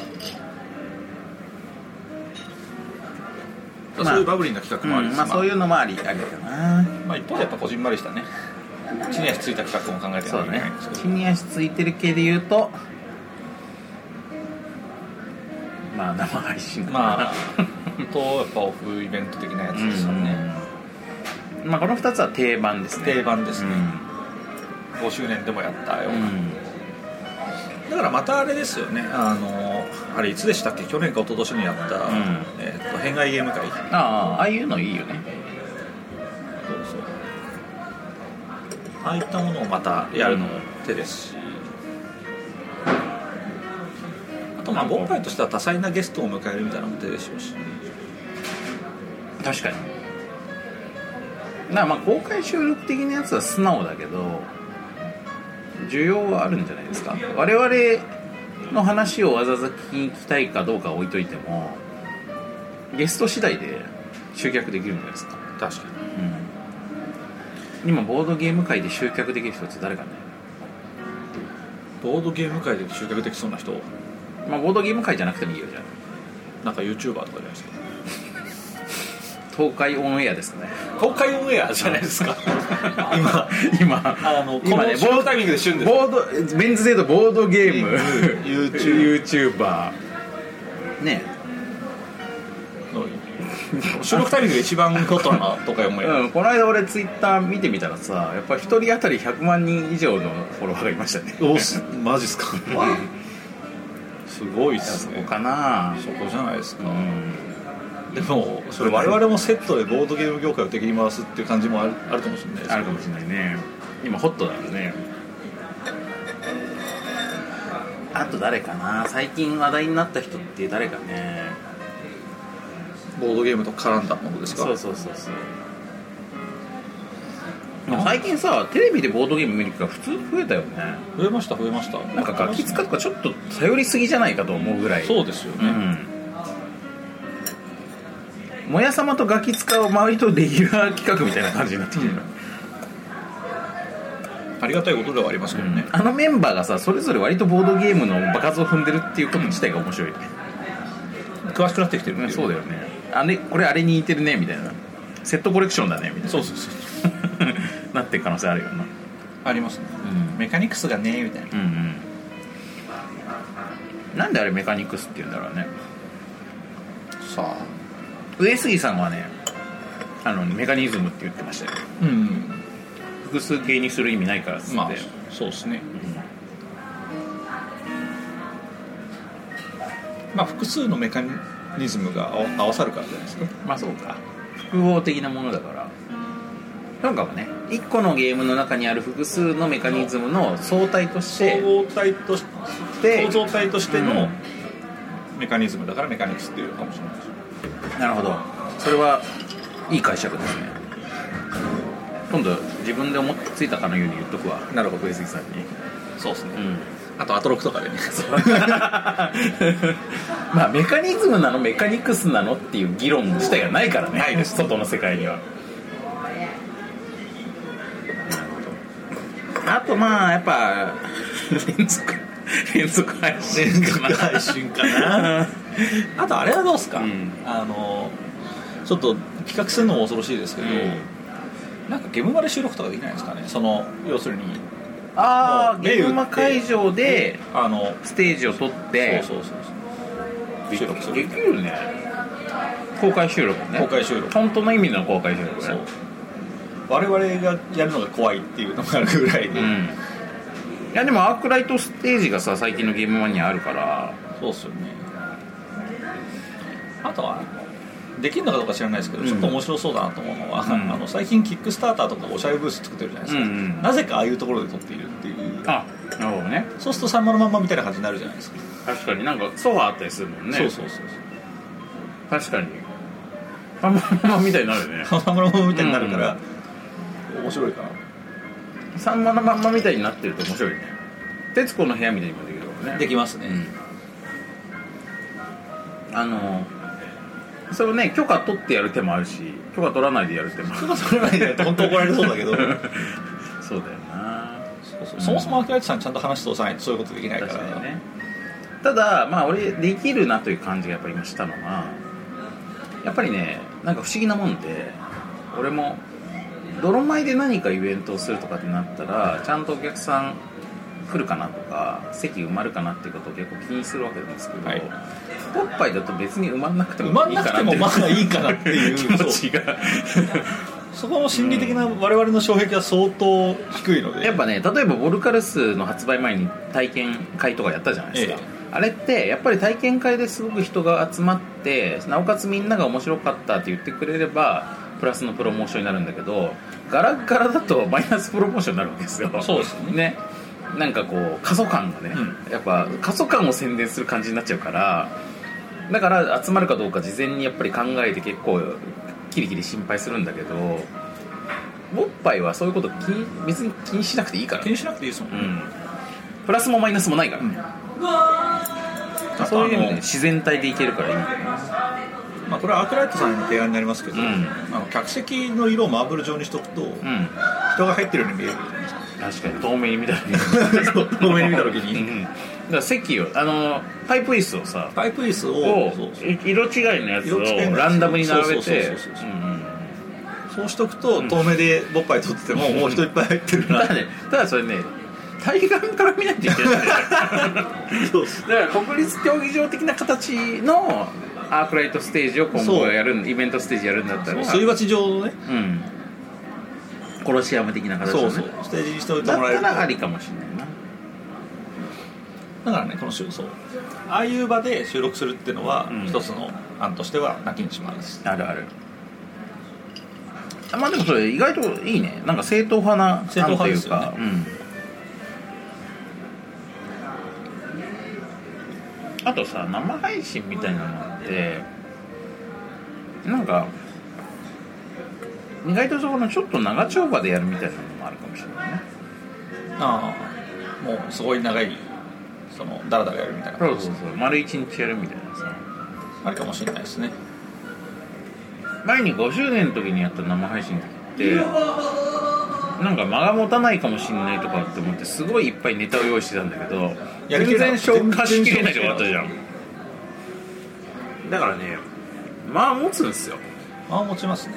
まあそういうバブリーな企画もありうんつつまあそういうのもありありだなまあ一方でやっぱこじんまりしたね地に足ついた企画も考えてそうだないねといけないんですけ地に足ついてる系で言うとまあ生配信どだなまあとやっぱオフイベント的なやつうですよんね、まあこの2つは定番ですね定番ですねう5周年でもやったよ、んうんだからまたあれですよねあのあれいつでしたっけ去年か一昨年にやった、んえっと変外ゲーム会ああああいうのいいよねそうそうああいったものをまたやるのも手ですし、あとまあボンパイとしては多彩なゲストを迎えるみたいなのも手でしょうし、確かになまあ公開収録的なやつは素直だけど需要はあるんじゃないですか我々の話をわざわざ聞きたいかどうかは置いといてもゲスト次第で集客できるんじゃないですか、確かうん、今ボードゲーム界で集客できる人って誰かね、にボードゲーム界で集客できそうな人まあ、ボードゲーム界じゃなくてもいいよじゃあなんか YouTuber とかじゃないですか東海オンエアですね東海オンエアじゃないですか今 [laughs] 今 [laughs] あの今この収録タイミングで旬ですボードメンズデートボードゲームユーチュ YouTuber [laughs] ね [laughs] 収録タイミングで一番ホットな東海オンエア、うん、この間俺ツイッター見てみたらさやっぱ一人当たり100万人以上のフォロワーがいましたねおすマジっすかすごいっすそこねかなそこじゃないですうか、んでもそれ我々もセットでボードゲーム業界を敵に回すっていう感じもあるあるかもしれないですあるかもしれないね今ホットだからねあと誰かな最近話題になった人って誰かねボードゲームと絡んだものですかそうそうそうそうでも最近さテレビでボードゲーム見る機会普通増えたよね増えました増えましたなんかガキ使とかちょっと頼りすぎじゃないかと思うぐらいそうですようね、んもや様とガキ使を周りとレギュラー企画みたいな感じになってきてる、ありがたいことではありますけどね、あのメンバーがさそれぞれ割とボードゲームの場数を踏んでるっていうこと自体が面白いよね、詳しくなってきてるんで、そうだよねあれこれあれに似てるねみたいなセットコレクションだねみたいそうそうそうな [laughs] なってる可能性あるよなありますね、うんメカニクスがねみたいなうんうんなんであれメカニクスっていうんだろうねさあ上杉さんはねあのメカニズムって言ってましたようん複数形にする意味ないからっつって、まあそうですねまあ複数のメカニズムが合わ合わさるからじゃないですかまあそうか複合的なものだからなんかもね1個のゲームの中にある複数のメカニズムの総体として合体としで構造体としてうのんメカニズムだからメカニクスっていうのかもしれないですなるほどそれはいい解釈ですね今度自分で思いついたかのように言っとくわなるほど上杉さんにそうですねうんあとアトロクとかでね [laughs] まあメカニズムなのメカニクスなのっていう議論自体がないからねないです外の世界にはあとまあやっぱ連続連続配信かな配信かな [laughs] あとあれはどうですか、うんあのちょっと企画するのも恐ろしいですけど、なんかゲームまで収録とかできないですかねその要するにああもうゲームマ会場であのステージを取ってそうそうそうそう収録すでるきるね公開収録ね公開収録本当の意味の公開収録ねそう我々がやるのが怖いっていうのがあるぐらいで、うんいやでもアークライトステージがさ最近のゲームマニアあるからそうっすよねあとはできるのかどうか知らないですけど、うんちょっと面白そうだなと思うのは、うんあの最近キックスターターとかおしゃれブース作ってるじゃないですか、うんうんなぜかああいうところで撮っているっていうあなるほどねそうするとさんまのまんまみたいな感じになるじゃないですか、確かになんかソファーあったりするもんねそうそうそう確かにあんまんまみたいになるねそうさんまのまんまみたいになるから、面白いかなさんまのまんまみたいになってると面白いね『徹子の部屋』みたいにもできるからねできますね、あのそれをね許可取ってやる手もあるし許可取らないでやる手もある許可取 [laughs] らないで本当怒られそうだけどそうだよなそうそうそもそもアキライトさんちゃんと話通さないとそういうことできないから確かにねただまあ俺できるなという感じがやっぱり今したのはやっぱりねなんか不思議なもんで俺も泥米で何かイベントをするとかってなったらちゃんとお客さん来るかなとか席埋まるかなっていうことを結構気にするわけなんですけど、はいポッパイだと別に埋まんなくても埋まんいいなかなくっててもまあいいかなっていう気持ちがそこの心理的な我々の障壁は相当低いので、やっぱね例えばボルカルスの発売前に体験会とかやったじゃないですか、ええあれってやっぱり体験会ですごく人が集まってなおかつみんなが面白かったって言ってくれればプラスのプロモーションになるんだけどガラッガラだとマイナスプロモーションになるわけですよそうですねなんかこう過疎感がね、やっぱ過疎感を宣伝する感じになっちゃうからだから集まるかどうか事前にやっぱり考えて結構キリキリ心配するんだけどおっぱいはそういうこと気に別に気にしなくていいから気にしなくていいですもんうね、んプラスもマイナスもないから、うんねあとそうあいう意味でねの自然体でいけるからいいんだよねまあ、これはアークライトさんへの提案になりますけど、うんあの客席の色をマーブル状にしとくと、うん人が入ってるように見えるじゃないですか確かに遠目に見たら [laughs] そう遠目に見た時にうんうんだから席をあのパイプ椅子をさパイプ椅子ををそうそうい色違いのやつを色違いのやつをランダムに並べてそうそうそうそうそううんうんそうしとくと遠目でボッパイ撮っててももう人いっぱい入ってるたなだねただそれね対岸から見ないといけない [laughs] だそうっすから国立競技場的な形のアークライトステージを今後そうやるんイベントステージやるんだったらすり鉢状のねうんコロシアム的な形そのうそうねステージにしておいてだっもらえたるとらありかもしれないなだからねこの収そうああいう場で収録するっていうのは、うん一つの案としては泣きにしますあるあるあまあでもそれ意外といいねなんか正統派な正統派ですよねなんていうかうんあとさ生配信みたいなのってなんか意外とそこのちょっと長丁場でやるみたいなのもあるかもしれないねああもうすごい長いそのダラダラやるみたいなそうそうそう丸一日やるみたいなさありかもしれないですね前に5周年の時にやった生配信ってなんか間が持たないかもしれないとかって思ってすごいいっぱいネタを用意してたんだけどやりき全れ然ない消化しきれないで終わったじゃんだからねまあ持つんですよまあ持ちますね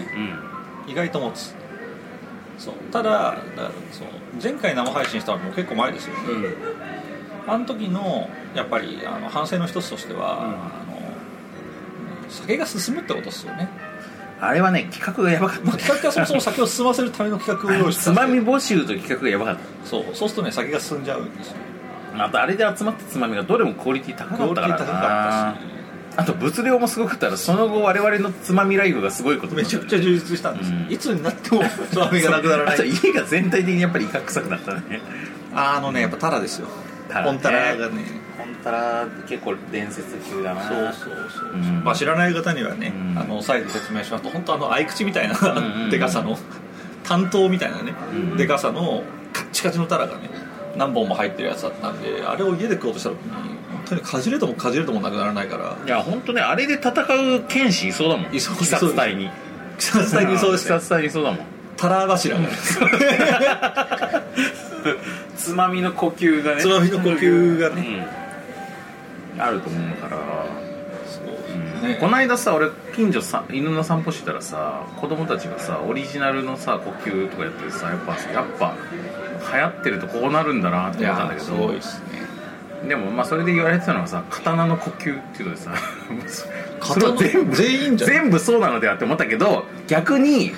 うん意外と持つそうただだからそう前回生配信したのも結構前ですよねうんあの時のやっぱりあの反省の一つとしては、あの酒が進むってことですよね、あれはね企画がやばかったまあ、企画がそもそも酒を進ませるための企画を用意 [laughs] してつたんでまみ募集と企画がやばかっそうそうするとね酒が進んじゃうんですよたあとあれで集まったつまみがどれもクオリティ高クかオっリたテかィら高かなあと物量もすごかったらその後我々のつまみライブがすごいこったとしになめっちゃくちゃ充実したんです、うんいつになって [laughs] もつまみがなくならなあとい家が全体的にやっぱり威嚇臭くなったねあのねやっぱタラですよタラねポンタラがね本当ら結構伝説級だなそうそうそう、うんまあ、知らない方にはね、うんあの再度説明しますと本当あの合口みたいなうんうんでかさの担当みたいなね、うんでかさのカッチカチのタラがね何本も入ってるやつだったんであれを家で食おうとした時に本当にかじれともかじれともなくならないからいや本当ねあれで戦う剣士いそうだもんいそう鬼殺隊に草伝いにそうでし鬼た殺隊にいそうだもん [laughs] タラ柱がねつまみの呼吸がねつまみの呼吸がね、うんあると思うから、そううんねこの間さ俺近所さ犬の散歩してたらさ子供たちがさオリジナルのさ呼吸とかやっててさやっぱやっぱ流行ってるとこうなるんだなってい思ったんやだけすどごいですねでもまあそれで言われてたのはさ刀の呼吸っていうので [laughs] さそれ刀は全部全員じゃん全部そうなのではって思ったけど逆に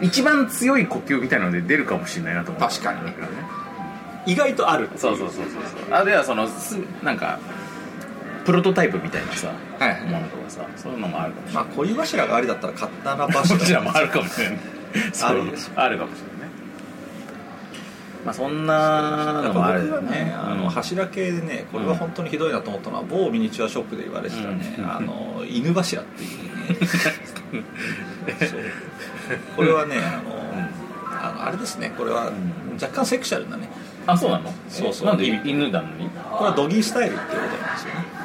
一番強い呼吸みたいなので出るかもしれないなと思って確かにねだらね意外とあるっていうそうそうそうそうそうあるいはそのすなんかプロトタイプみたいなさはいはいものとかさそういうのもあるかもしれまなあ恋柱がありだったら刀い柱どちらもあるかもしれないあるでしょそうあるかもしれないねまあそんななんのかもある僕よはね、あうのん柱系でねこれは本当にひどいなと思ったのは某ミニチュアショップで言われてたね、うんあの犬柱って [laughs] いうねそうこれはねあの、あのあれですねこれはん若干セクシャルなねあそうなのそうそうえなんで犬なのにこれはドギースタイルっていうことなんですよね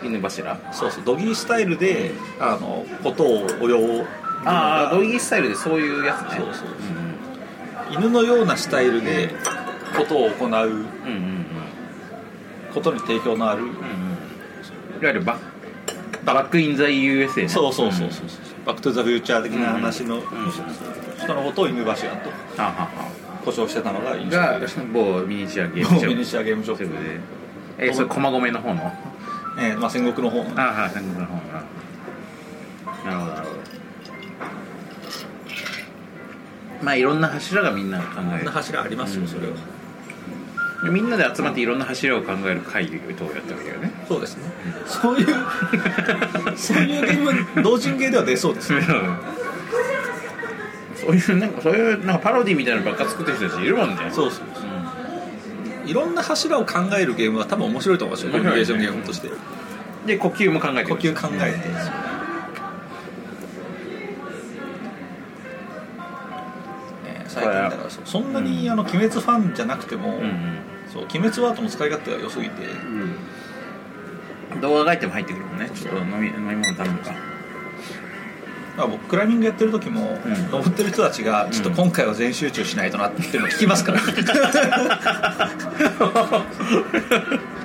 犬柱そうそうドギースタイルであのことを及ぶああドイギースタイルでそういうやつねそうそう犬のようなスタイルでことを行ううんうんうんことに提供のあるうんうんいわゆるバッバックインザ USA ねそうそうそううんそうそう、バック・トゥ・ザ・フューチャー的な話の、んうん人のことを犬柱とはんはんはん故障してたのが印象が的某ミニチュアゲーム某ショミニチュアゲームショッッププでえそれ駒込の方のえーまあ、戦国の方のあはい戦国の方のなるほどなるほどまあいろんな柱がみんな考えそんな柱ありますよ、うんそれはるみんなで集まっていろんな柱を考える会等をやったわけよねそうですね、そういうそういうゲーム同人芸では出そうですねそういうなんかそういうなんかパロディみたいなのばっか作ってる人たちいるもんねそうそうそういろんな柱を考えるゲームは多分面白いと思いますよコミュニケーションゲームとしてうんで呼吸も考えて呼る吸考えてね最近だからそそんなにあの鬼滅ファンじゃなくても、うんそう鬼滅ワードの使い勝手が良すぎてうん動画がいても入ってくるもんねちょっと飲み飲み物頼むかまあ僕クライミングやってる時も、ん登ってる人たちがちょっと今回は全集中しないとなっていうの聞きますから [laughs]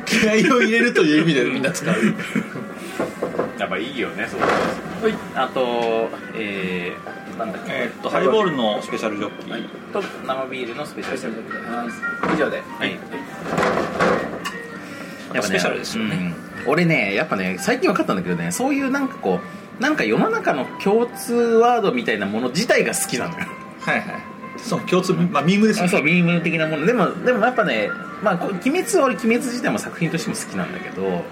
気合を入れるという意味でみんな使うやっぱいいよねそうはいあとえー、なんだっけ [laughs] えーっとハイボールのスペシャルジョッキー、と生ビールのスペシャル以上ではいやっぱねスペシャルですよねうん俺ねやっぱね最近分かったんだけどねそういうなんかこうなんか世の中の共通ワードみたいなもの自体が好きなのよはいはいそう共通、まあ、ミームですあねそうミーム的なものでもでもやっぱねまあこう鬼滅は俺鬼滅自体も作品としても好きなんだけど、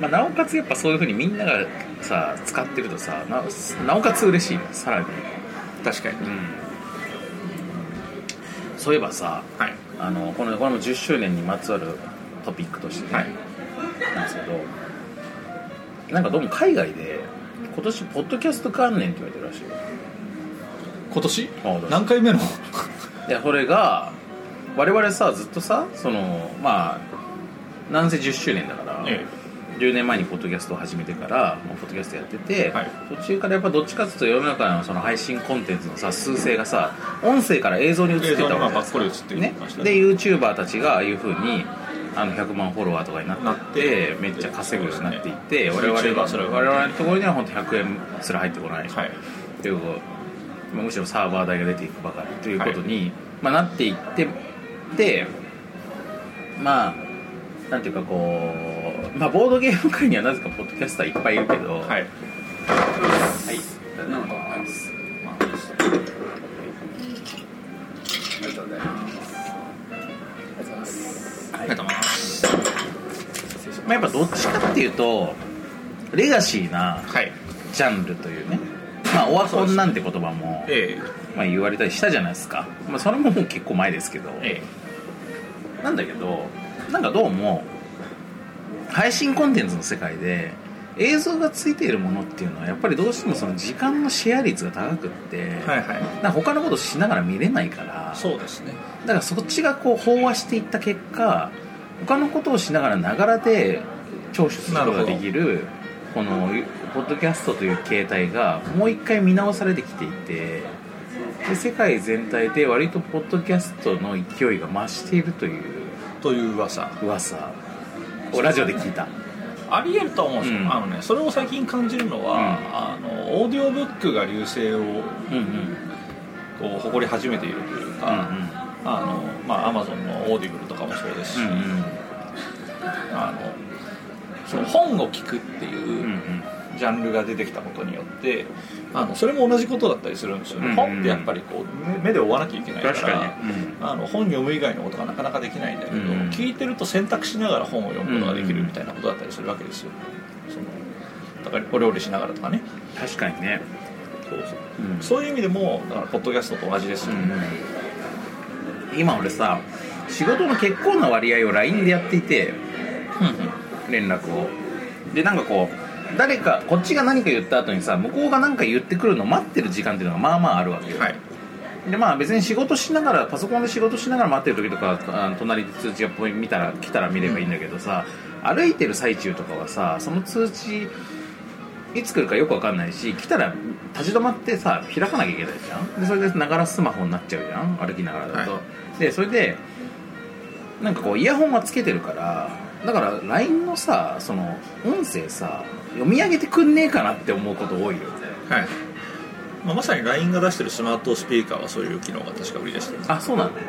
まあ、なおかつやっぱそういうふうにみんながさ使ってるとさななおかつ嬉しいねさらに、確かにうん、そういえばさはいあのこのこれも10周年にまつわるトピックとしてね、はいなんですけどなんかどうも海外で今年ポッドキャスト関連って言われてるらしいよ今年あどうぞ何回目のでそれが我々さずっとさそのまあなんせ10周年だから、え10年前にポッドキャストを始めてからもうポッドキャストやってて、はい途中からやっぱどっちかっていうと世の中のその配信コンテンツのさ数勢がさ音声から映像に移ってたわけじゃないですか映像にまあばっかり移ってましたねで YouTuber たちがああいうふうにあの100万フォロワーとかにななっっててめっちゃ稼ぐようになっていって、そう我ですね々 YouTuber すら我々のところには本当100円すら入ってこない、はいということむしろサーバー代が出ていくばかりということに、まあ、なっていってでまあなんていうかこう、まあ、ボードゲーム界にはなぜかポッドキャスターいっぱいいるけど、はいいなんかありますありがとうございますありがとうございますありがとうございますまあ、やっぱどっちかっていうとレガシーなはいジャンルというね、まあ、オワコンなんて言葉も、えまあ、言われたりしたじゃないですか、まあ、それももう結構前ですけど、ええなんだけどなんかどうも配信コンテンツの世界で映像がついているものっていうのはやっぱりどうしてもその時間のシェア率が高くって、えはいはいなんか他のことしながら見れないからそうですねだからそっちがこう飽和していった結果他のことをしながらながらで聴取することができるこのポッドキャストという形態がもう一回見直されてきていてで世界全体で割とポッドキャストの勢いが増しているというという噂噂をラジオで聞いたありえるとは思うんですよ、うんあのねそれを最近感じるのは、うんあのオーディオブックが流星をうんうんこう誇り始めているといううんか、あのまあアマゾンのオーディブルとかもそうですし、うんあのその本を聞くっていう、うんうんジャンルが出てきたことによってあのそれも同じことだったりするんですよね、うん本ってやっぱりこう目目で追わなきゃいけないから確かにうんあの本読む以外のことがなかなかできないんだけど、うん聞いてると選択しながら本を読むことができるみたいなことだったりするわけですよ、そのだからお料理しながらとかね確かにねそうそううんそういう意味でもだからポッドキャストと同じですよ、うん今俺さ仕事の結構な割合を LINE でやっていて連絡をでなんかこう誰かこっちが何か言った後にさ向こうが何か言ってくるのを待ってる時間っていうのがまあまああるわけよ、はいでまあ別に仕事しながらパソコンで仕事しながら待ってる時とかあの隣で通知がポイン見たら来たら見ればいいんだけどさ、歩いてる最中とかはさその通知いつ来るかよくわかんないし来たら立ち止まってさ開かなきゃいけないじゃんでそれでながらスマホになっちゃうじゃん歩きながらだと、はでそれでなんかこうイヤホンはつけてるからだから LINE のさその音声さ読み上げてくんねえかなって思うこと多いよはいまあ、まさに LINE が出してるスマートスピーカーはそういう機能が確か売りでしたよねあそうなんだ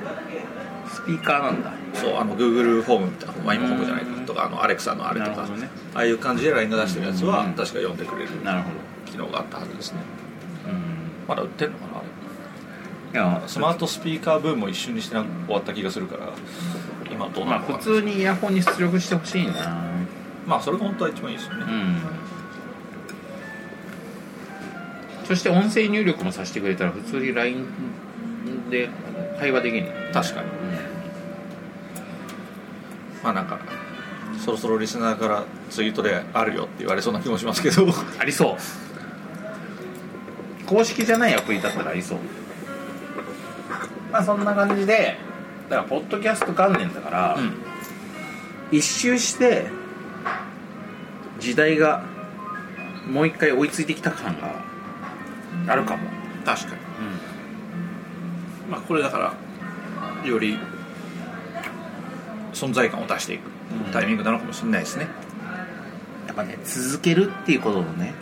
スピーカーなんだそうあの Google フォームみたいなまあ今ホームじゃないかとかあの Alexa のあれとなか、るほどねああいう感じで LINE が出してるやつはうん確か読んでくれるなるほ機能があったはずですねどうんまだ売ってるのかなあれいやスマートスピーカーブームを一瞬にしてなんか終わった気がするから今どうまなあのかな普通にイヤホンに出力してほしいなまあそれが本当は一番いいですようね、んそして音声入力もさせてくれたら普通に LINE で会話できる確かにまあなんかそろそろリスナーからツイートであるよって言われそうな気もしますけどありそう公式じゃないアプリだったらありそうまあそんな感じでだからポッドキャスト元年だから、うん一周して時代がもう一回追いついてきた感があるかも、確かにまあこれだからより存在感を出していくタイミングなのかもしれないですね、やっぱね続けるっていうことのね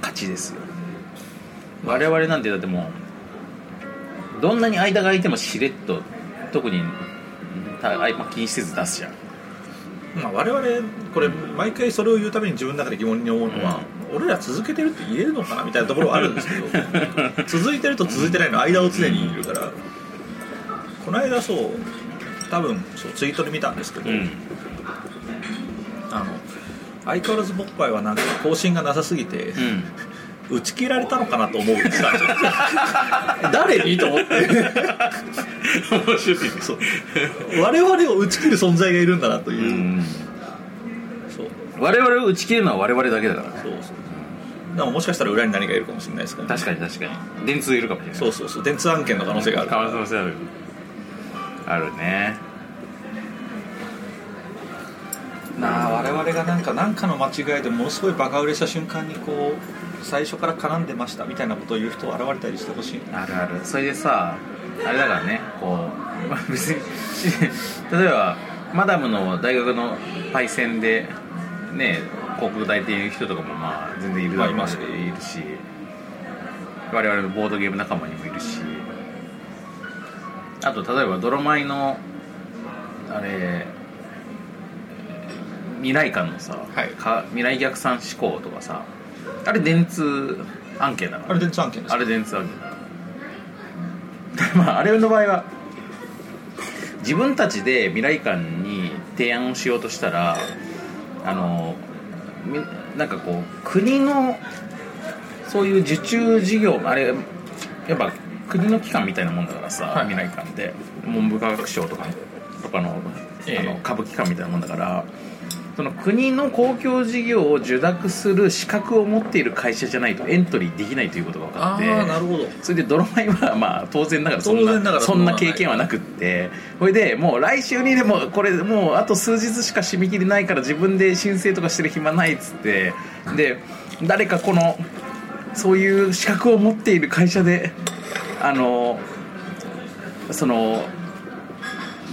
勝ちですよ我々なんてだってもうどんなに間が空いてもしれっと特にたあいまあ気にせず出すじゃんまあ、我々これ毎回それを言うために自分の中で疑問に思うのは、俺ら続けてるって言えるのかなみたいなところはあるんですけ [laughs] ど続いてると続いてないの間を常にいるから、この間そう多分そうツイートで見たんですけど、あの相変わらず僕はなんか更新がなさすぎて、打ち切られたのかなと思う [laughs] 誰にと思って面白いそう我々を打ち切る存在がいるんだなというう、んそう我々を打ち切るのは我々だけだからそうそうでももしかしたら裏に何かいるかもしれないですから、ね、確かに確かに電通いるかもしれないそうそうそう電通案件の可能性があるから可能性あるあるねなあ我々がなんか何かの間違いでものすごいバカ売れした瞬間にこう最初から絡んでましたみたいなことを言う人現れたりしてほしいなあるあるそれでさあれだからねこう、 [laughs] まあ、別にし例えばマダムの大学のパイセンでね広告代理店いる人とかもまあ全然いるだろうまあいますしねいるし我々のボードゲーム仲間にもいるしあと例えば泥米のあれ未来館のさ、はいか未来逆算思考とかさあれ電通案件だからあれ電通案件ですあれ電通ある [laughs] まああれの場合は自分たちで未来館に提案をしようとしたらあのみなんかこう国のそういう受注事業あれやっぱ国の機関みたいなもんだからさ、はい未来館って文部科学省とかとかの,、ええあの歌舞伎館みたいなもんだからその国の公共事業を受諾する資格を持っている会社じゃないとエントリーできないということが分かあっあてなるほどそれで泥米はまあ当然ながらそん当な然ながらそそんんなな経験はなくってそれでもう来週にでもこれもうあと数日しか締め切りないから自分で申請とかしてる暇ないっつってで誰かこのそういう資格を持っている会社であのその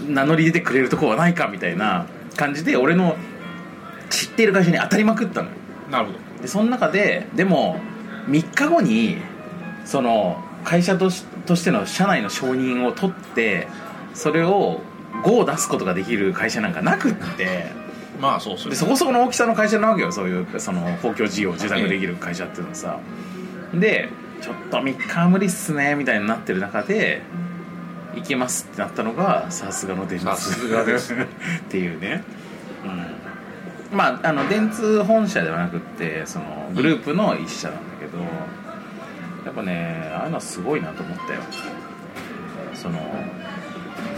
名乗り出てくれるとこはないかみたいな感じで俺の知っている会社に当たりまくったのよ。なるほどでその中ででも3日後にその会社としとしての社内の承認を取ってそれを5を出すことができる会社なんかなくってまあそうすでるそこそこの大きさの会社なわけよそういうその公共事業を受託できる会社っていうのはさでちょっと3日は無理っすねみたいになってる中で行けますってなったのがさすがの電通さすがで [laughs] すっていうね、うん、まああの電通本社ではなくってそのグループの一社なんだけど、やっぱねああいうのはすごいなと思ったよその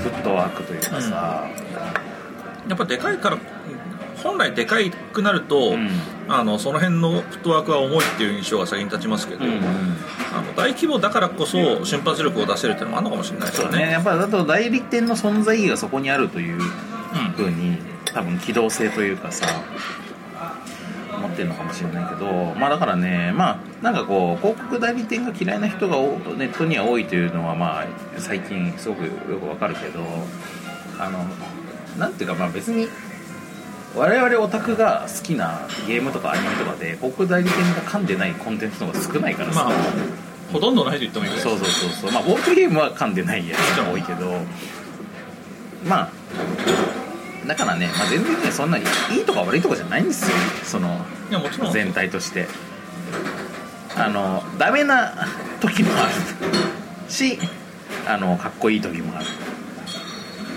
フットワークというかさ、やっぱでかいから本来でかいくなると、うんあのその辺のフットワークは重いっていう印象が先に立ちますけど、うんうんあの大規模だからこそ瞬発力を出せるっていうのもあるのかもしれないですそうよだねねやっぱりだと代理店の存在意義がそこにあるというふうに多分機動性というかさ持ってるのかもしれないけどまあだからねまあなんかこう広告代理店が嫌いな人がおネットには多いというのはまあ最近すごくよくわかるけどあのなんていうかまあ別に我々オタクが好きなゲームとかアニメとかで広告代理店が噛んでないコンテンツの方が少ないからさ、まあほとんどないと言ってもいいぐらいそうそうそうそうまあボードゲームは噛んでないやつが多いけどまあだからね、まあ、全然ねそんないいいとか悪いとかじゃないんですよそのいやもちろん全体としてあのダメな時もあるしあのかっこいい時もある、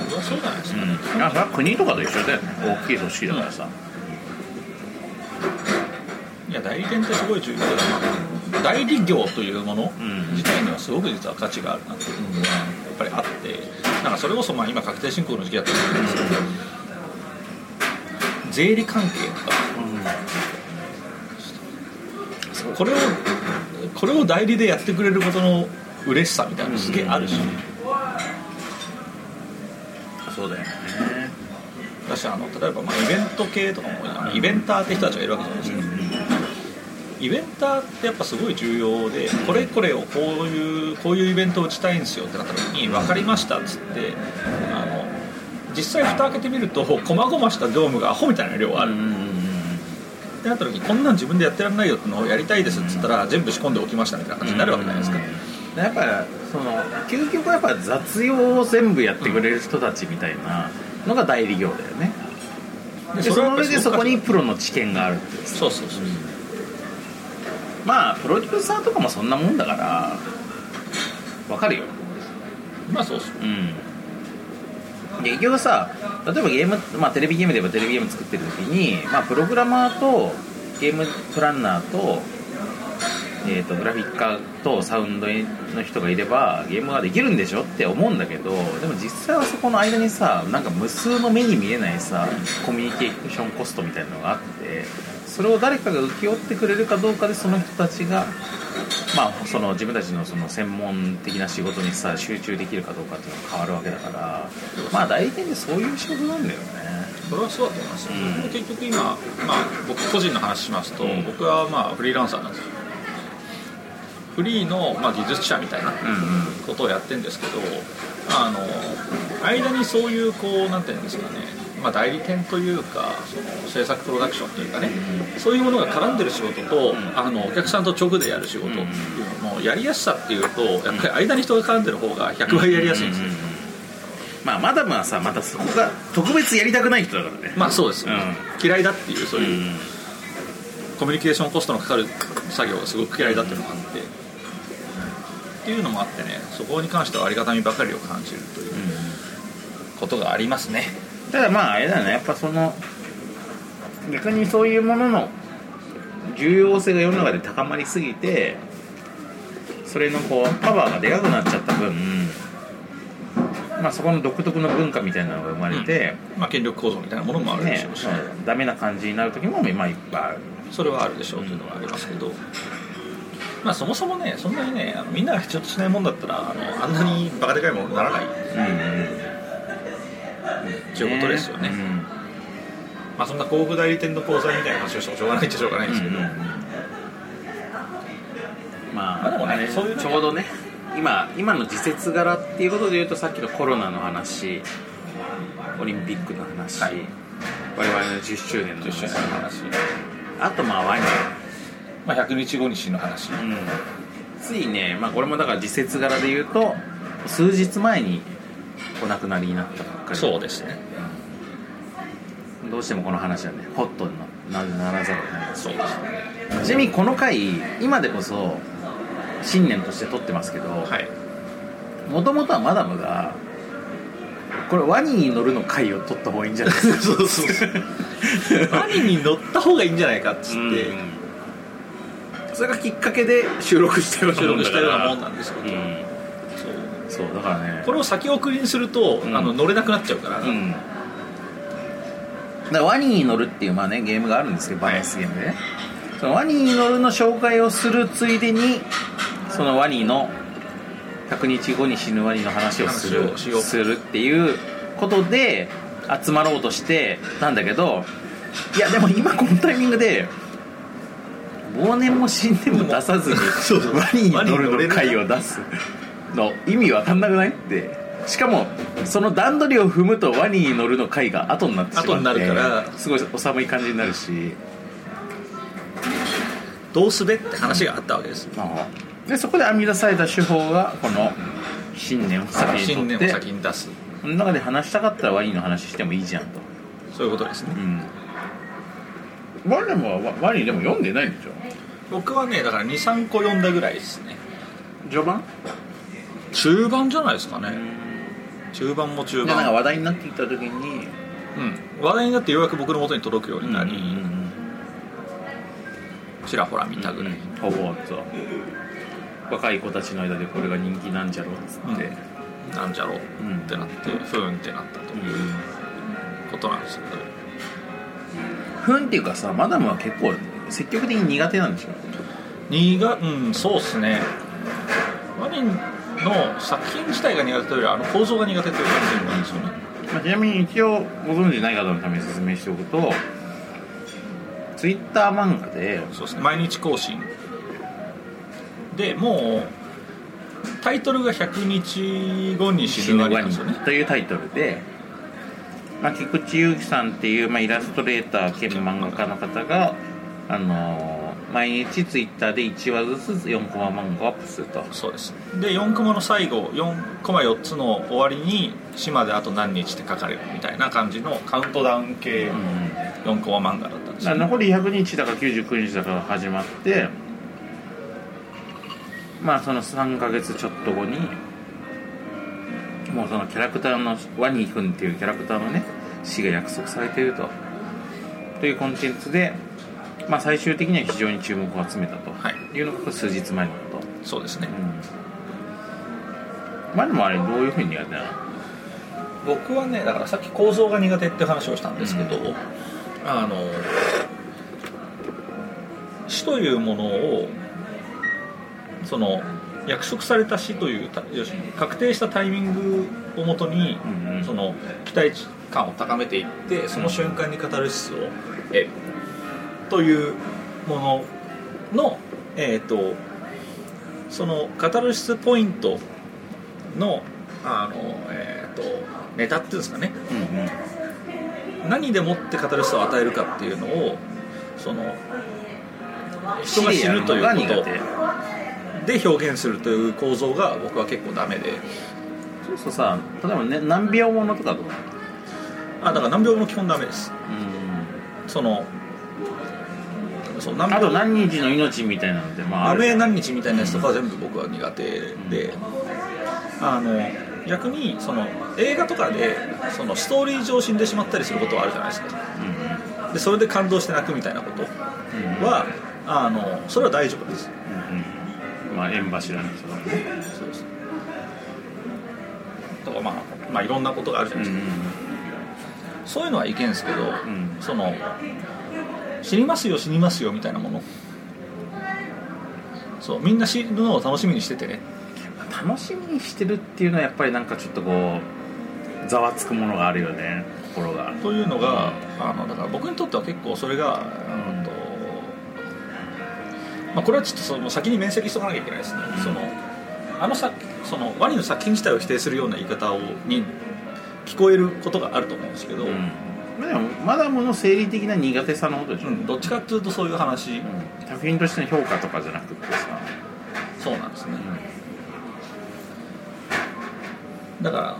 僕はそうじゃないですかね、うん、あそれは国とかと一緒だよね大きい組織だからさ、いや代理店ってすごい重要だな代理業というものうん自体にはすごく実は価値があるなっていうのがやっぱりあってなんかそれこそまあ今確定申告の時期だったんですけど税理関係とかこれをこれを代理でやってくれることの嬉しさみたいなのすげえあるし、そうだよね私あの例えばまあイベント系とかもあのイベンターって人たちがいるわけじゃないですか、イベンターってやっぱすごい重要でこれこれをこういうこういうイベントを打ちたいんですよってなった時に分かりましたっつってあの実際蓋開けてみると細々した業務がアホみたいな量がある、うんうんうんってなった時こんなん自分でやってらんないよってのをやりたいですっつったら全部仕込んでおきましたみたいな感じになるわけじゃないですか、でやっぱその究極はやっぱ雑用を全部やってくれる人たちみたいなのが代理業だよね、でその上でそこにプロの知見があるっていうそうそうそうまあプロデューサーとかもそんなもんだからわかるよまあそうそううんで結局さ例えばゲーム、まあ、テレビゲームで言えばテレビゲーム作ってる時に、まあ、プログラマーとゲームプランナーと,、えー、とグラフィッカーとサウンドの人がいればゲームができるんでしょって思うんだけどでも実際はそこの間にさなんか無数の目に見えないさコミュニケーションコストみたいなのがあってそれを誰かが請け負ってくれるかどうかでその人たちがまあ、その自分たちのその専門的な仕事にさ集中できるかどうかっていうのが変わるわけだからまあ代理店ってそういう仕事なんだよねそれはそうだと思います、うん結局今、まあ、僕個人の話しますと、うん僕はまあフリーランサーなんですよフリーの、まあ、技術者みたいなうんうんことをやってるんですけどあの間にそういうこうなんていうんですかね、まあ、代理店というかその制作プロダクションというかねそういうものが絡んでる仕事と、んあのお客さんと直でやる仕事っていうののやりやすさっていうとやっぱり間に人が絡んでる方が100倍やりやすいんですよ、ううまあマダムはさまたそこが特別やりたくない人だからねまあそうです、う嫌いだっていうそうういう、んコミュニケーションコストのかかる作業がすごく嫌いだっていうのもあってっていうのもあってねそこに関してはありがたみばかりを感じるということがありますねただまああれだよねやっぱその逆にそういうものの重要性が世の中で高まりすぎてそれのこうパワーがでかくなっちゃった分、まあ、そこの独特の文化みたいなのが生まれて、まあ権力構造みたいなものもあるでしねょうし、うんダメな感じになる時もまあいっぱいあるそれはあるでしょうというのはありますけど、まあそもそもねそんなにねあのみんながちょっとしないもんだったらあのあんなにバカでかいものにならないということですよねうんまあそんな広告代理店の口座みたいな話をしてもしょうがないっちゃしょうがないんですけど、ままあでもねあれそういうのちょうどね今今の時節柄っていうことでいうとさっきのコロナの話オリンピックの話、はい我々の10周年の10周話年の話、あとまあワインまあ、100日後に死ぬ話、うんついね、まあ、これもだから時節柄で言うと数日前にお亡くなりになったばっかりそうですねどうしてもこの話はねホットになならざるを得ないそうですねちなみにこの回今でこそ新年として撮ってますけどはいもともとはマダムがこれワニに乗るの回を撮った方がいいんじゃないですか [laughs] そう [laughs] そうそう兄に乗った方がいいんじゃないかっつって、それがきっかけで収録してる収録したようなもんだなんですけど、からそううんそうだからねこれを先送りにすると、うんあの乗れなくなっちゃうから、うんだからワニに乗るっていうまあねゲームがあるんですけどバランスゲームでね、そのワニに乗るの紹介をするついでにそのワニの100日後に死ぬワニの話をす話るをしようするっていうことで集まろうとしてたんだけどいやでも今このタイミングで忘年も新年も出さずに [laughs] そうそうワニに乗るの回を出すの意味わかんなくないってしかもその段取りを踏むとワニに乗るの回が後になってしまって後になるからすごいお寒い感じになるしどうすべって話があったわけです、でそこで編み出された手法がこの新年を先新に年とってを先に出すその中で話したかったらワニの話してもいいじゃんとそういうことですね、うんワニもワワニでも読んでないんでしょ僕はねだから23個読んだぐらいですね序盤中盤じゃないですかね中盤もで中なんか盤話題になっていった時にうん話題になってようやく僕の元に届くようになり、ちらほら見たぐらい、ほぼと若い子たちの間でこれが人気なんじゃろうっつって、なんじゃろううんってなって、ふーんってなったということなんですけどふんっていうかさマダムは結構積極的に苦手なんでしょ苦うんそうっすねワニの作品自体が苦手というよりはあの構造が苦手という感じなんですよねまあ、ちなみに一応ご存知ない方のために説明しておくとツイッター漫画でそうですね毎日更新でもうタイトルが100日後「に死ぬワニなんですよねというタイトルで、まあ、菊池雄貴さんっていう、まあ、イラストレーター兼漫画家の方が、あのー毎日ツイッターで1話ずつ4コマ漫画をアップするとそうですで4コマの最後4コマ4つの終わりに死まであと何日って書かれるみたいな感じのカウントダウン系4コマ漫画だったんですだかよ、ら残り100日だか99日だかが始まってまあその3ヶ月ちょっと後にもうそのキャラクターのワニ君っていうキャラクターのね死が約束されているとというコンテンツで、まあ、最終的には非常に注目を集めたとはいいうのが数日前のこと、そうですねワニもあれどういうふうにやったの僕はねだからさっき構造が苦手って話をしたんですけど、あの死というものをその約束された死というた要するに確定したタイミングをもとに、うんうんその期待値感を高めていってその瞬間にカタルシスを得るというもののえっ、とそのカタルシスポイントのあの、えー、とネタっていうんですかね何でもってカタルシスを与えるかっていうのをその人が死ぬというワニこがと手で表現するという構造が僕は結構ダメでそうするとさ例えばね何秒ものとかどうなのあだから何秒も基本ダメですそのそう何あと秒何日の命みたいなのでまああアウるェー何日みたいなやつとかは全部僕は苦手で、あの逆にその映画とかでそのストーリー上死んでしまったりすることはあるじゃないですかうんうんでそれで感動して泣くみたいなことは、あのそれは大丈夫ですうんまあ縁柱の人だもんねそうですとかまあまあいろんなことがあるじゃないですか、そういうのはいけんすけど、んその死にますよ死にますよみたいなものそうみんな死ぬのを楽しみにしててね楽しみにしてるっていうのはやっぱりなんかちょっとこうざわつくものがあるよね心がというのが、あのだから僕にとっては結構それが、うんとまあ、これはちょっとその先に面積しとかなきゃいけないですね、そのあのさそのワニの作品自体を否定するような言い方をに聞こえることがあると思うんですけど、うんまあでもまだもの生理的な苦手さのことでしょ、うんどっちかっていうとそういう話、うん作品としての評価とかじゃなくてさ、そうなんですね、だから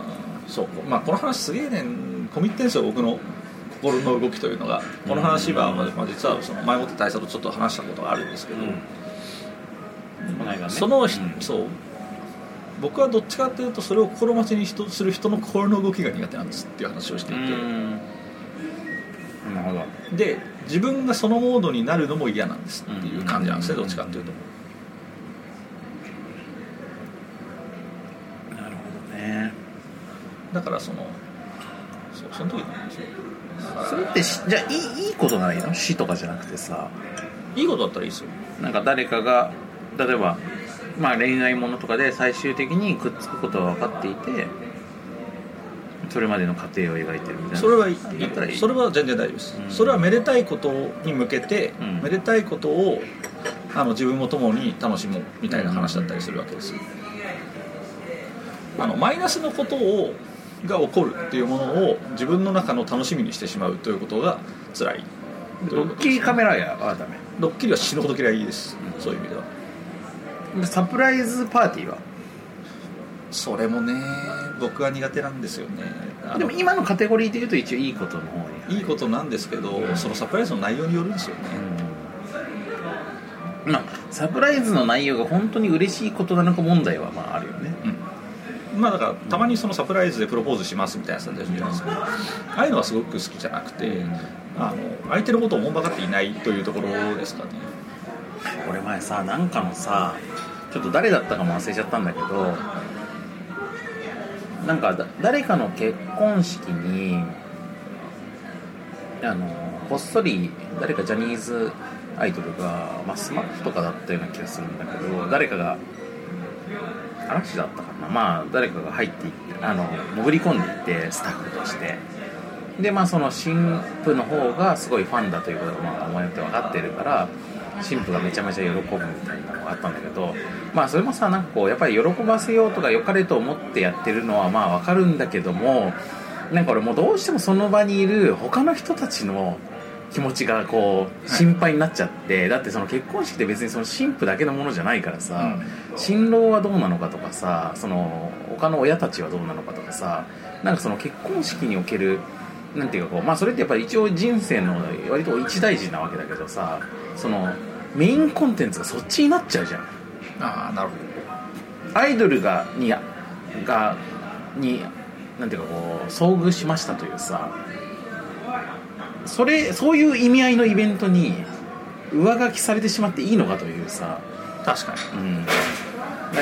そう、まあ、この話すげえねコミットンですよ僕の心の動きというのがこの話は、まあまあ、実はその前もって大佐とちょっと話したことがあるんですけど、この間ねその、うんそう僕はどっちかっていうとそれを心待ちに人する人の心の動きが苦手なんですっていう話をしてういんなるほどてで自分がそのモードになるのも嫌なんですっていう感じなんですうねんどっちかっていうとなるほどねだからそのそうその時なんですよそれってしじゃあいいいいことないの死とかじゃなくてさいいことだったらいいですよなんか誰かが例えば、まあ、恋愛ものとかで最終的にくっつくことは分かっていてそれまでの過程を描いてるみたいなそれはいいだったらいいそれは全然大丈夫です、うんそれはめでたいことに向けて、うんめでたいことをあの自分も共に楽しもうみたいな話だったりするわけです、あのマイナスのことをが起こるっていうものを自分の中の楽しみにしてしまうということが辛いドッキリカメラやあダメドッキリは死ぬほど嫌いです、そういう意味ではでサプライズパーティーはそれもね僕は苦手なんですよねあのでも今のカテゴリーで言うと一応いいことの方にいいことなんですけど、そのサプライズの内容によるんですよね、うんまあサプライズの内容が本当に嬉しいことなのか問題はまああるよねまあだからたまにそのサプライズでプロポーズしますみたいなやつだったりするじゃないですかああいうのはすごく好きじゃなくて、うんあの相手のことをおもんばかっていないというところですかね俺前さなんかのさちょっと誰だったかも忘れちゃったんだけどなんかだ誰かの結婚式にあのこっそり誰かジャニーズアイドルが、まあ、スマップとかだったような気がするんだけど誰かが嵐だったかなまあ誰かが入っていってあの潜り込んでいってスタッフとしてでまあその新婦の方がすごいファンだということがまあ思いって分かってるから新婦がめちゃめちゃ喜ぶみたいなのがあったんだけどまあそれもさなんかこうやっぱり喜ばせようとか良かれと思ってやってるのはまあ分かるんだけどもなんか俺もうどうしてもその場にいる他の人たちの気持ちがこう心配になっちゃって、だってその結婚式って別にその新婦だけのものじゃないからさ、新郎はどうなのかとかさその他の親たちはどうなのかとかさなんかその結婚式におけるなんていうかこうまあそれってやっぱり一応人生の割と一大事なわけだけどさそのメインコンテンツがそっちになっちゃうじゃんああなるほアイドルがにがになんていうかこう遭遇しましたというさそれそういう意味合いのイベントに上書きされてしまっていいのかというさど確かにうん、や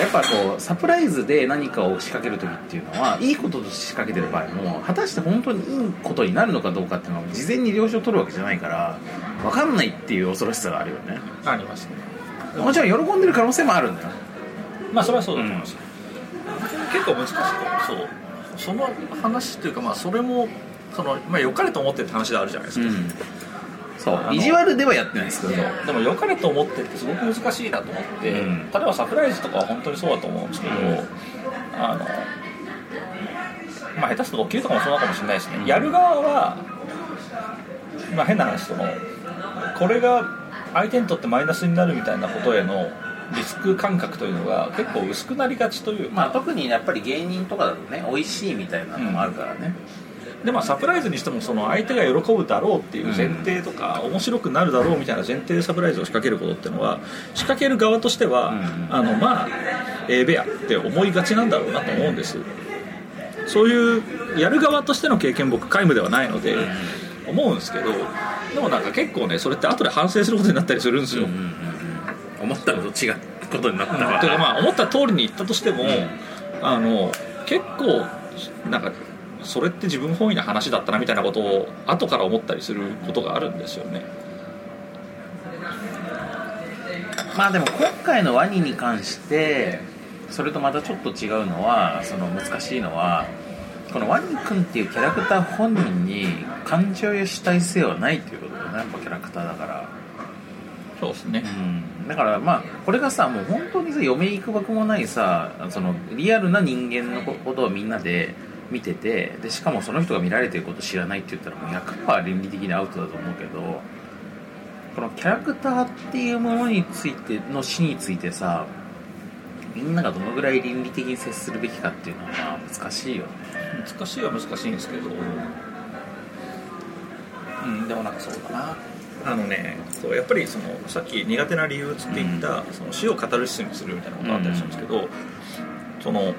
っぱこうサプライズで何かを仕掛ける時っていうのはいいこととして仕掛けてる場合も果たして本当にいいことになるのかどうかっていうのは事前に了承取るわけじゃないから分かんないっていう恐ろしさがあるよねありますねもちろん喜んでる可能性もあるんだよまあそれはそうだと思います、結構難しいそうその話というかまあそれもその、まあ、良かれと思ってって話であるじゃないですうか、んそうの意地悪ではやってないですけどでも良かれと思ってってすごく難しいなと思って、うん例えばサプライズとかは本当にそうだと思うんですけど、うんあのまあ下手すると起きるとかもそうなのかもしれないしね、やる側は、まあ、変な話そのこれが相手にとってマイナスになるみたいなことへのリスク感覚というのが結構薄くなりがちという、まあ特にやっぱり芸人とかだとね美味しいみたいなのもあるからね、でまあサプライズにしてもその相手が喜ぶだろうっていう前提とか、面白くなるだろうみたいな前提でサプライズを仕掛けることっていうのは仕掛ける側としては、うんあのまあええべやって思いがちなんだろうなと思うんですそういうやる側としての経験僕皆無ではないので思うんですけどでもなんか結構ねそれって後で反省することになったりするんですよ、うんうんうん思ったのと違うことになったわ [laughs] というかまあ思った通りに行ったとしても、あの結構なんかそれって自分本位な話だったなみたいなことを後から思ったりすることがあるんですよねまあでも今回のワニに関してそれとまたちょっと違うのはその難しいのはこのワニくんっていうキャラクター本人に感情や主体性はないということだよねやっぱキャラクターだからそうですねうんだからまあこれがさもう本当にさ嫁いくばくもないさそのリアルな人間のことをみんなで見ててでしかもその人が見られてること知らないって言ったらもう100%倫理的にアウトだと思うけどこのキャラクターっていうものについての死についてさみんながどのぐらい倫理的に接するべきかっていうのはまあ難しいよね難しいは難しいんですけどうん、でもなんかそうだなあのねそうやっぱりそのさっき苦手な理由つって言った、その死を語る質にするみたいなことがあったりしたんですけど、その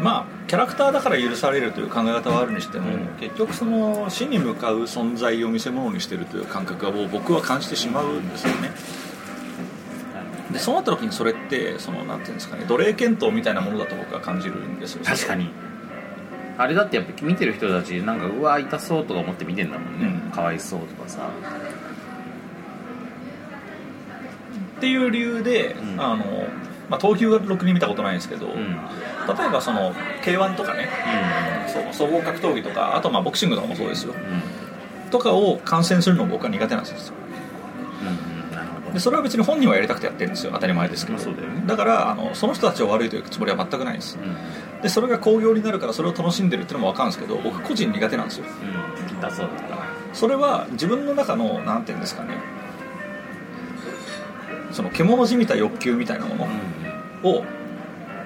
まあキャラクターだから許されるという考え方はあるにしても、うん結局その死に向かう存在を見せ物にしてるという感覚を僕は感じてしまうんですよねでそうなった時にそれってそのなんていうんですかね奴隷検討みたいなものだと僕は感じるんですよ確かにあれだってやっぱ見てる人たちなんかうわ痛そうとか思って見てんだもんね、うんかわいそうとかさっていう理由で、うんあのまあ、投球がろくに見たことないんですけど、うんうん例えばその k 1とかねそう総合格闘技とかあとまあボクシングとかもそうですようんとかを観戦するのも僕は苦手なんですようんうんなるほどでそれは別に本人はやりたくてやってるんですよ当たり前ですけど、まあそうだよねからあのその人たちを悪いというつもりは全くないんですうんでそれが興行になるからそれを楽しんでるっていうのも分かるんですけど僕個人苦手なんですようん痛そうとかそれは自分の中のなんていうんですかねその獣じみた欲求みたいなもの、うんを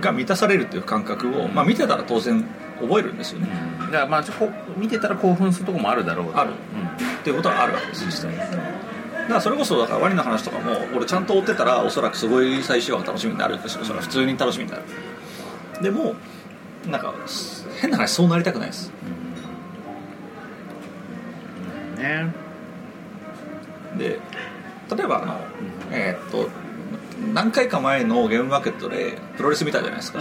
が満たされるっていう感覚を、まあ、見てたら当然覚えるんですよね、うんだからまあちょこ見てたら興奮するとこもあるだろうとあるっていうことはあるわけです実際にだからそれこそだからワニの話とかも俺ちゃんと追ってたらおそらくすごい最終話が楽しみになるんですよそれは普通に楽しみになるでもなんかす変な話そうなりたくないですうんねで例えばあの、えーっと何回か前のゲームマーケットでプロレス見たじゃないですか、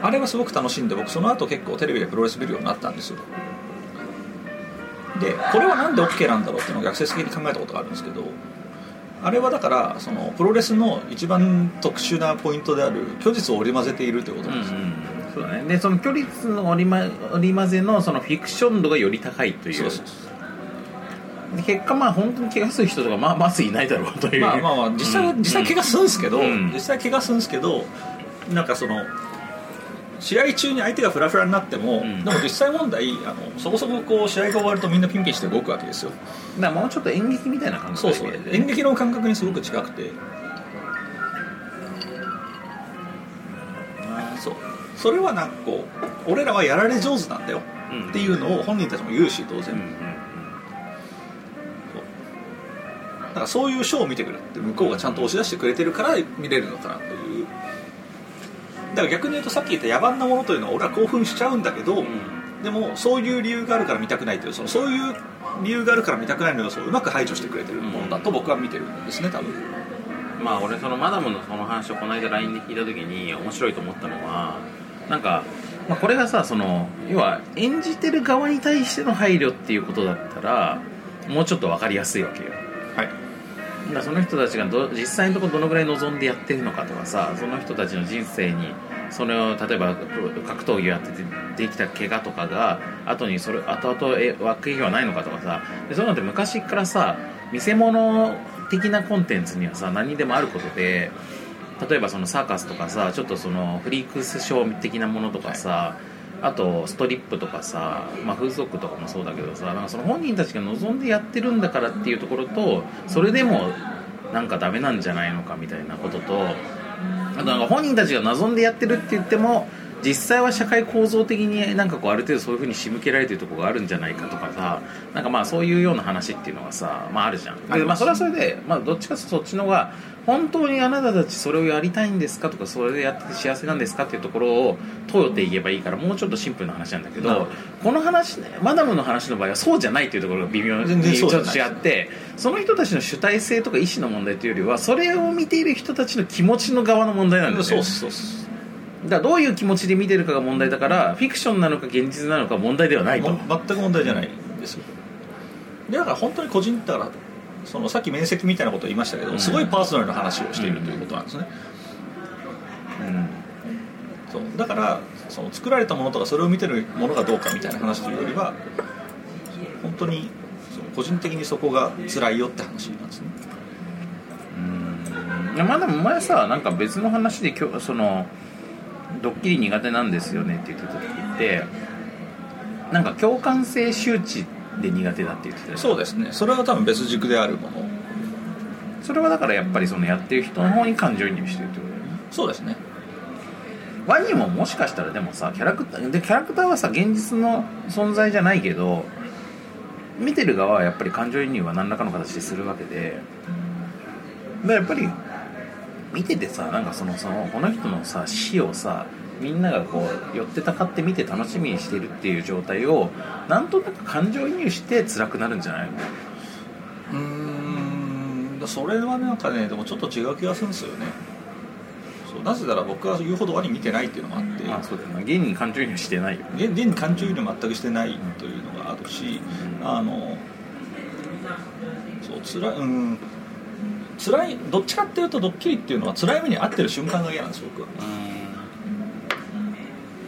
あれはすごく楽しんで僕その後結構テレビでプロレス見るようになったんですよでこれはなんで OK なんだろうっていうのを逆説的に考えたことがあるんですけどあれはだからそのプロレスの一番特殊なポイントである虚実を織り交ぜているということうんなんですよ、うんそうだねでその距離の織り,、ま、織り交ぜのそのフィクション度がより高いというそうそうそうで結果まあ本当に怪我する人とかまあまずいないだろうというまあまあまあ実際は、うん実際怪我するんですけど、うん実際怪我するんですけどなんかその試合中に相手がフラフラになっても、んでも実際問題あのそこそここう試合が終わるとみんなピンピンして動くわけですよだからもうちょっと演劇みたいな感覚そうそうで演劇の感覚にすごく近くてそうそれはなんかこう俺らはやられ上手なんだようんっていうのを本人たちも言うし当然、うんうそうんだからそういうショーを見てくれって向こうがちゃんと押し出してくれてるから見れるのかなというだから逆に言うとさっき言った野蛮なものというのは俺は興奮しちゃうんだけど、でもそういう理由があるから見たくないというそのそういう理由があるから見たくないの要素をうまく排除してくれてるものだと僕は見てるんですね多分うんまあ俺そのマダムのその話をこの間 LINE で聞いた時に面白いと思ったのはなんか、まあ、これがさその要は演じてる側に対しての配慮っていうことだったらもうちょっと分かりやすいわけよはいだからその人たちがど実際のところどのぐらい望んでやってるのかとかさその人たちの人生にそれを例えば格闘技をやっててできた怪我とかが後にそれ後々え悪影響はないのかとかさでそういうのって昔からさ見せ物的なコンテンツにはさ何にでもあることで例えばそのサーカスとかさちょっとそのフリークスショー的なものとかさ、あとストリップとかさ、まあ、風俗とかもそうだけどさなんかその本人たちが望んでやってるんだからっていうところとそれでもなんかダメなんじゃないのかみたいなこととあとなんか本人たちが望んでやってるって言っても実際は社会構造的になんかこうある程度そういうふうに仕向けられてるところがあるんじゃないかとかさなんかまあそういうような話っていうのがさ、まあ、あるじゃんありで、ままあ、すそれはそれで、まあ、どっちかというとそっちの方が本当にあなたたちそれをやりたいんですかとかそれでやってて幸せなんですかっていうところを問うていけばいいからもうちょっとシンプルな話なんだけなるどほどこの話ねマダムの話の場合はそうじゃないっていうところが微妙全に然ちょそっうじとゃない違ってその人たちの主体性とか意思の問題というよりはそれを見ている人たちの気持ちの側の問題なんですそうよっねすそうっすだからどういう気持ちで見てるかが問題だからフィクションなのか現実なのか問題ではないと。も全く問題じゃないんですよでだから本当に個人だからそのさっき面積みたいなことを言いましたけど、うんすごいパーソナルな話をしているということなんですね、うんそうだからその作られたものとかそれを見てるものがどうかみたいな話というよりは本当にその個人的にそこが辛いよって話なんですねいやまあでも前さなんか別の話で今日そのドッキリ苦手なんですよねって言ってた時ってなんか共感性周知で苦手だって言ってたよそうですねそれは多分別軸であるものそれはだからやっぱりそのやってる人の方に感情移入してるってことだよねそうですねワニももしかしたらでもさキャラクターでキャラクターはさ現実の存在じゃないけど見てる側はやっぱり感情移入は何らかの形でするわけでだからやっぱり見ててさなんかそのそのこの人のさ死をさみんながこう寄ってたかって見て楽しみにしてるっていう状態をなんとなく感情移入して辛くなるんじゃないーんそれはねなんかねでもちょっと違う気がするんですよねそうなぜなら僕は言うほどワニ見てないっていうのもあって、まあそうだよな現に感情移入してないよ現現に感情移入全くしてないというのがあるし、うんあのそう辛いうん辛いどっちかっていうとドッキリっていうのは辛い目に遭ってる瞬間が嫌なんです僕は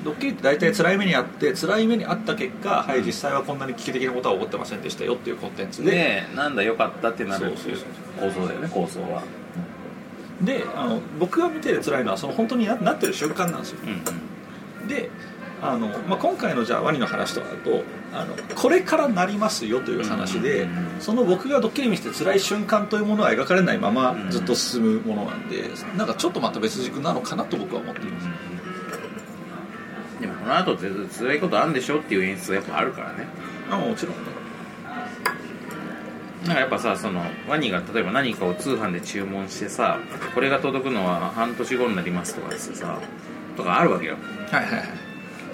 ドッキリって大体辛い目に遭って辛い目に遭った結果はい実際はこんなに危機的なことは起こってませんでしたよっていうコンテンツで、でなんだよかったってなるっていうそう構想だよね構想はであの僕が見てて辛いのはその本当にななってる瞬間なんですようんであの、まあ、今回のじゃあワニの話とかだとあのこれからなりますよという話で、うんその僕がドッキリにして辛い瞬間というものは描かれないままうんずっと進むものなんで、なんかちょっとまた別軸なのかなと僕は思っています、でもこの後ずっと辛いことあるんでしょっていう演出がやっぱあるからねあもちろんだなんかやっぱさそのワニが例えば何かを通販で注文してさこれが届くのは半年後になりますとかってさとかあるわけよはいはいはい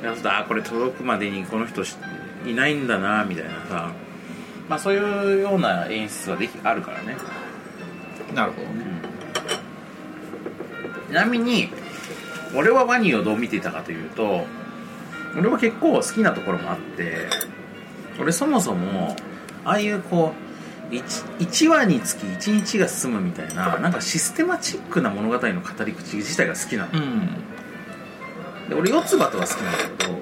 そうするとあーこれ届くまでにこの人しいないんだなみたいなさまあそういうような演出はできあるからねなるほどねちなみに俺はワニをどう見ていたかというと俺は結構好きなところもあって俺そもそもああいうこう 1, 話につき1日が進むみたいななんかシステマチックな物語の語り口自体が好きなのうんで俺四つ葉とは好きなんだけど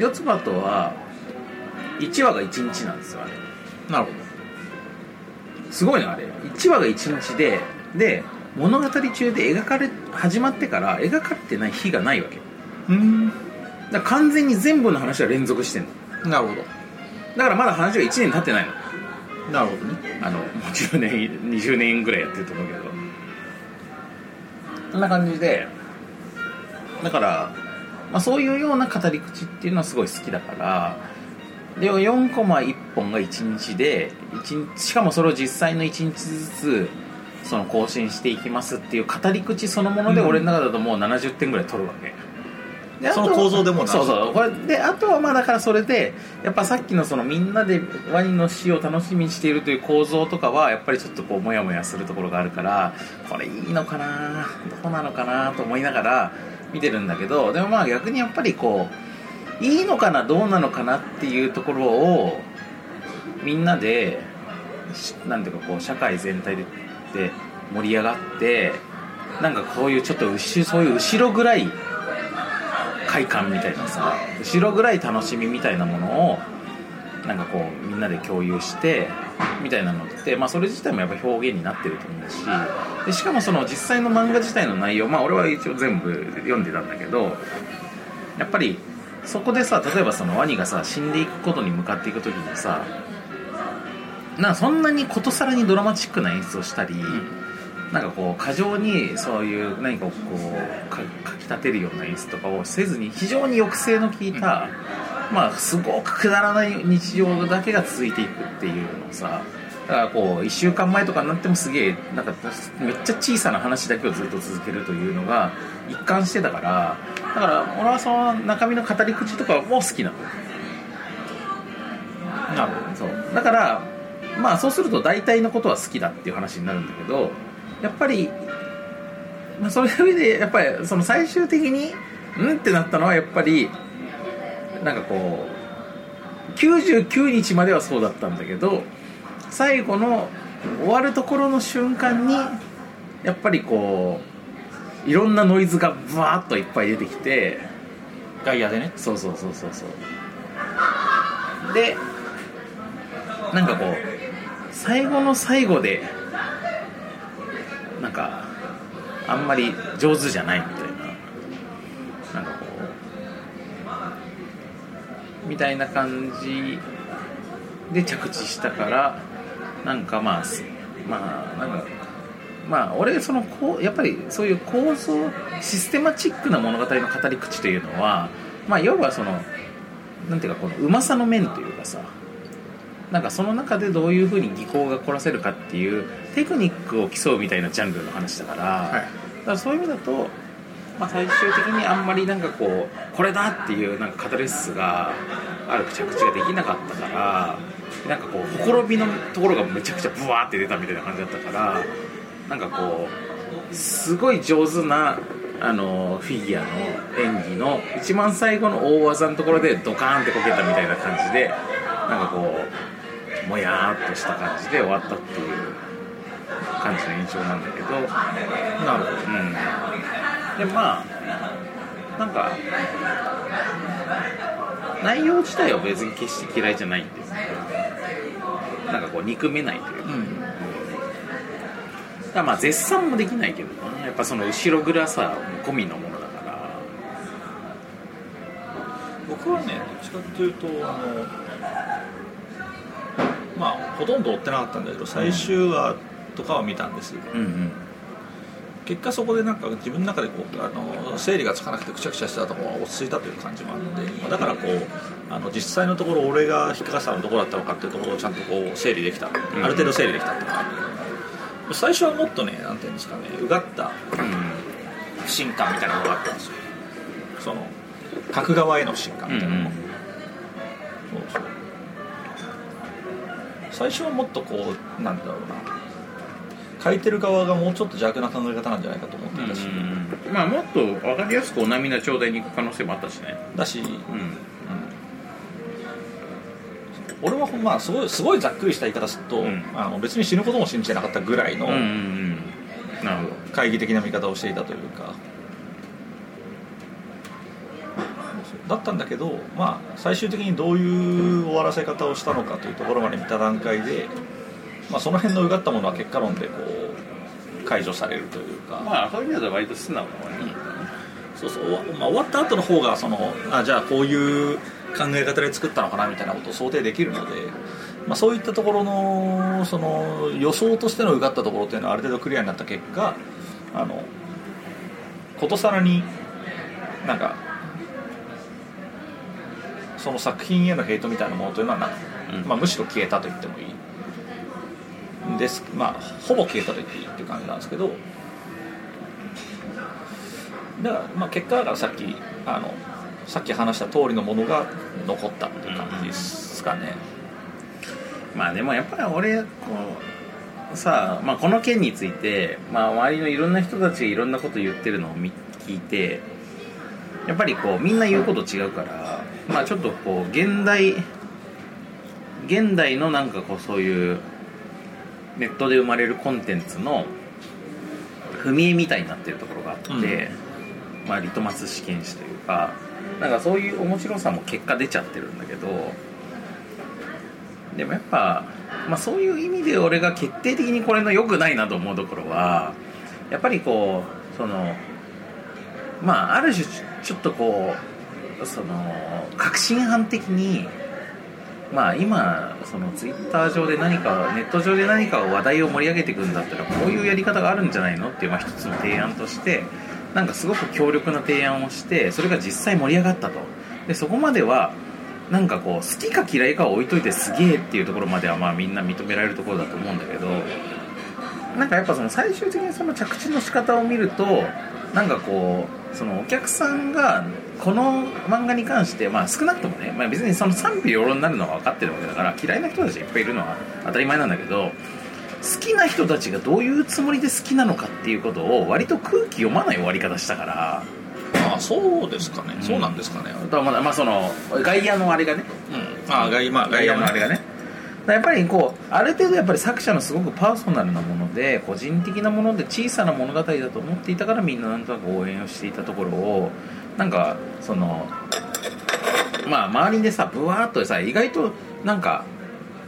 四つ葉とは1話が1日なんですよあれなるほすごいのあれ1話が1日でで物語中で描かれ始まってから描かれてない日がないわけどうんだから完全に全部の話は連続してんのなるほだからまだ話が1年経ってないのどなるほどねあのもう10年20年ぐらいやってると思うけどそんな感じでだから、まあ、そういうような語り口っていうのはすごい好きだからで4コマ1本が1日で1日しかもそれを実際の1日ずつその更新していきますっていう語り口そのものでうん俺の中だともう70点ぐらい取るわけ、であとはその構造でもなそうそうこれであとはまあだからそれでやっぱさっきのそのみんなでワニの死を楽しみにしているという構造とかはやっぱりちょっとこうモヤモヤするところがあるからこれいいのかなどうなのかなと思いながら見てるんだけどでもまあ逆にやっぱりこういいのかなどうなのかなっていうところをみんなでしなんていうかこう社会全体でで盛り上がってなんかこういうちょっと後そういう後ろ暗い快感みたいなさ後ろ暗い楽しみみたいなものをなんかこうみんなで共有してみたいなのって、まあ、それ自体もやっぱ表現になってると思うしでしかもその実際の漫画自体の内容まあ俺は一応全部読んでたんだけどやっぱりそこでさ例えばそのワニがさ死んでいくことに向かっていく時にさなんかそんなにことさらにドラマチックな演出をしたり、なんかこう過剰にそういう何かをこうかかき立てるような演出とかをせずに非常に抑制の効いた、まあすごくくだらない日常だけが続いていくっていうのをさだからこう1週間前とかになってもすげえなんかめっちゃ小さな話だけをずっと続けるというのが一貫してたからだから俺はその中身の語り口とかも好きなのなるほどそうだからまあそうすると大体のことは好きだっていう話になるんだけどやっぱり、まあ、そういう上でやっぱりその最終的にうんってなったのはやっぱりなんかこう99日まではそうだったんだけど最後の終わるところの瞬間にやっぱりこういろんなノイズがブワーッといっぱい出てきて外野でねそうそうそうそうそうでなんかこう最後の最後でなんかあんまり上手じゃないみたいななんかこうみたいな感じで着地したからなんかまあすまあなんかまあ俺そのこうやっぱりそういう構造システマチックな物語の語り口というのはまあ要はそのなんていうかこのうまさの面というかさなんかその中でどういうふうに技巧が凝らせるかっていうテクニックを競うみたいなジャンルの話だから,、はいだからそういう意味だと、まあ、最終的にあんまりなんかこうこれだっていうなんかカタルシスがある着地ができなかったからなんかこうほころびのところがめちゃくちゃブワーって出たみたいな感じだったからなんかこうすごい上手なあのフィギュアの演技の一番最後の大技のところでドカーンってこけたみたいな感じでなんかこうもやーっとした感じで終わったっていう感じの印象なんだけど、なるほどうん、でまあなんか内容自体は別に決して嫌いじゃないんですけどなんかこう憎めないというかうんだからまあ絶賛もできないけどねやっぱその後ろ暗さも込みのものだから僕はねどっちかっていうとあのまあほとんど追ってなかったんだけど最終話とかは見たんですうんうん結果そこでなんか自分の中でこうあの整理がつかなくてくちゃくちゃしてたところが落ち着いたという感じもあってだからこうあの実際のところ俺が引っかかったのはどこだったのかっていうところをちゃんとこう整理できたあんる程度整理できたっていうのがあるんだけど最初はもっとねなんていうんですかねうがった不信感みたいなのがあったんですよその角側への不信感うんうんみたういなのんもそうそう最初はもっとこうなんだろうな書いてる側がもうちょっと邪悪な考え方なんじゃないかと思っていたし、うんまあもっと分かりやすくお涙頂戴に行く可能性もあったしねだし、うんうん俺はほんまあすごいすごいざっくりした言い方すると、うんあの別に死ぬことも信じてなかったぐらいのうんうんうんなるほ懐疑的な見方をしていたというか、だったんだけど、まあ、最終的にどういう終わらせ方をしたのかというところまで見た段階で、まあ、その辺のうがったものは結果論でこう解除されるというか、どまあそういう意味では割と素直な方がいいそうそう、おまあ、終わった後の方がそのあじゃあこういう考え方で作ったのかなみたいなことを想定できるので、まあ、そういったところのその予想としての受かったところっていうのはある程度クリアになった結果あのことさらになんかその作品へのヘイトみたいなものというのはなく、うんまあ、むしろ消えたと言ってもいいですまあほぼ消えたと言っていいっていう感じなんですけどだから、まあ、結果だからさっきあのさっき話した通りのものが残ったっていう感じですかね、まあでもやっぱり俺こうさあ、まあ、この件について、まあ、周りのいろんな人たちがいろんなこと言ってるのを見聞いてやっぱりこうみんな言うこと違うから、まあ、ちょっとこう現代現代のなんかこうそういうネットで生まれるコンテンツの踏み絵みたいになってるところがあって、まあ、リトマス試験紙というかなんかそういう面白さも結果出ちゃってるんだけどでもやっぱ、まあ、そういう意味で俺が決定的にこれの良くないなと思うところはやっぱりこうそのまあある種ちょっとこうその確信犯的にまあ今そのツイッター上で何かネット上で何かを話題を盛り上げていくんだったらこういうやり方があるんじゃないのっていう、まあ、一つの提案としてなんかすごく強力な提案をしてそれが実際盛り上がったとでそこまではなんかこう好きか嫌いかを置いといてすげえっていうところまではまあみんな認められるところだと思うんだけどなんかやっぱその最終的にその着地の仕方を見るとなんかこうそのお客さんがこの漫画に関して、まあ、少なくともね、まあ、別にその賛否両論になるのは分かってるわけだから嫌いな人たちがいっぱいいるのは当たり前なんだけど好きな人たちがどういうつもりで好きなのかっていうことを割と空気読まない終わり方したからああそうですかね、そうなんですかねあとはまだ、まあ、その外野のあれがねうんああ外,、まあ、ガ外イ野アののああれれががねねだからやっぱりこうある程度やっぱり作者のすごくパーソナルなもので個人的なもので小さな物語だと思っていたからみんななんとなく応援をしていたところをなんかそのまあ周りでさブワーっとさ意外となんか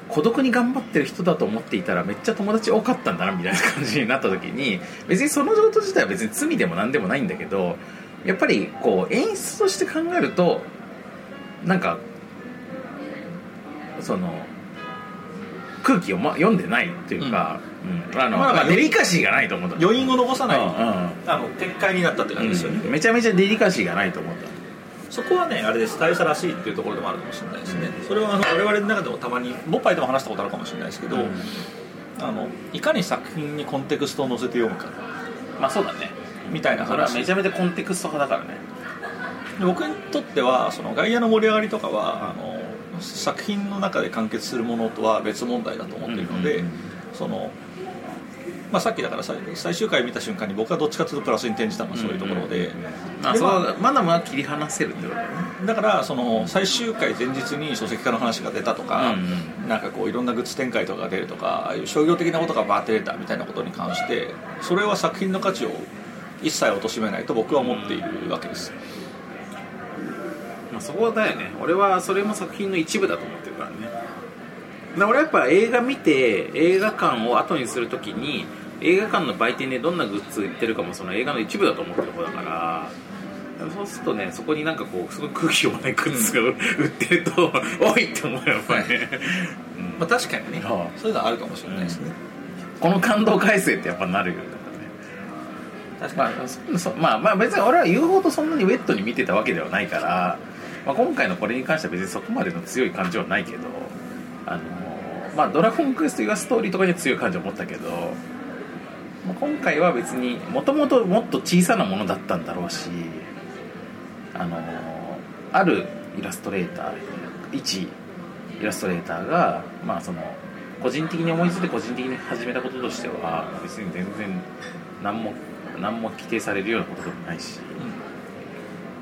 孤独に頑張ってる人だと思っていたらめっちゃ友達多かったんだなみたいな感じになった時に [laughs] 別にその状況自体は別に罪でも何でもないんだけどやっぱりこう演出として考えるとなんかその空気を、ま、読んでないっていうか、うんあのまあまあ、デリカシーがないと思った余韻を残さない、うんうんあの撤回になったって感じですよね、うんめちゃめちゃデリカシーがないと思ったそこはねあれです大差らしいっていうところでもあるかもしれないですねそれはあの我々の中でもたまにもっぱいでも話したことあるかもしれないですけど、うんあのいかに作品にコンテクストを載せて読むかまあそうだねみたいなそれはめ話ちゃめちゃコンテクスト派だからねで僕にとってはその外野の盛り上がりとかはあの作品の中で完結するものとは別問題だと思っているので、うんうんうんそのまあ、さっきだから最最終回見た瞬間に僕はどっちかというとプラスに転じたのはそういうところで,でままあ、あそこはマダムは切り離せるってことだねだからその最終回前日に書籍化の話が出たとか、うんなんかこういろんなグッズ展開とかが出るとかああいう商業的なことがバーって出たみたいなことに関してそれは作品の価値を一切貶めないと僕は思っているわけです、まあ、そこだよね俺はそれも作品の一部だと思ってるからねだから俺はやっぱ映画見て映画館を後にするときに映画館の売店でどんなグッズ売ってるかもその映画の一部だと思ってる方だからそうするとねそこになんかこうすごい空気読まないグッズが売ってると [laughs] おいって思うよやっぱりね、まあ、確かにねはあそういうのはあるかもしれないですね、この感動改正ってやっぱなるよね確かまあ、そそまあまあ別に俺は言うほどそんなにウェットに見てたわけではないから、まあ、今回のこれに関しては別にそこまでの強い感情はないけどあのまあドラゴンクエストがストーリーとかには強い感情を持ったけど、まあ、今回は別にもともともっと小さなものだったんだろうしあのあるイラストレーター一イラストレーターがまあその個人的に思いついて個人的に始めたこととしては別に全然何も何も規定されるようなことでもないし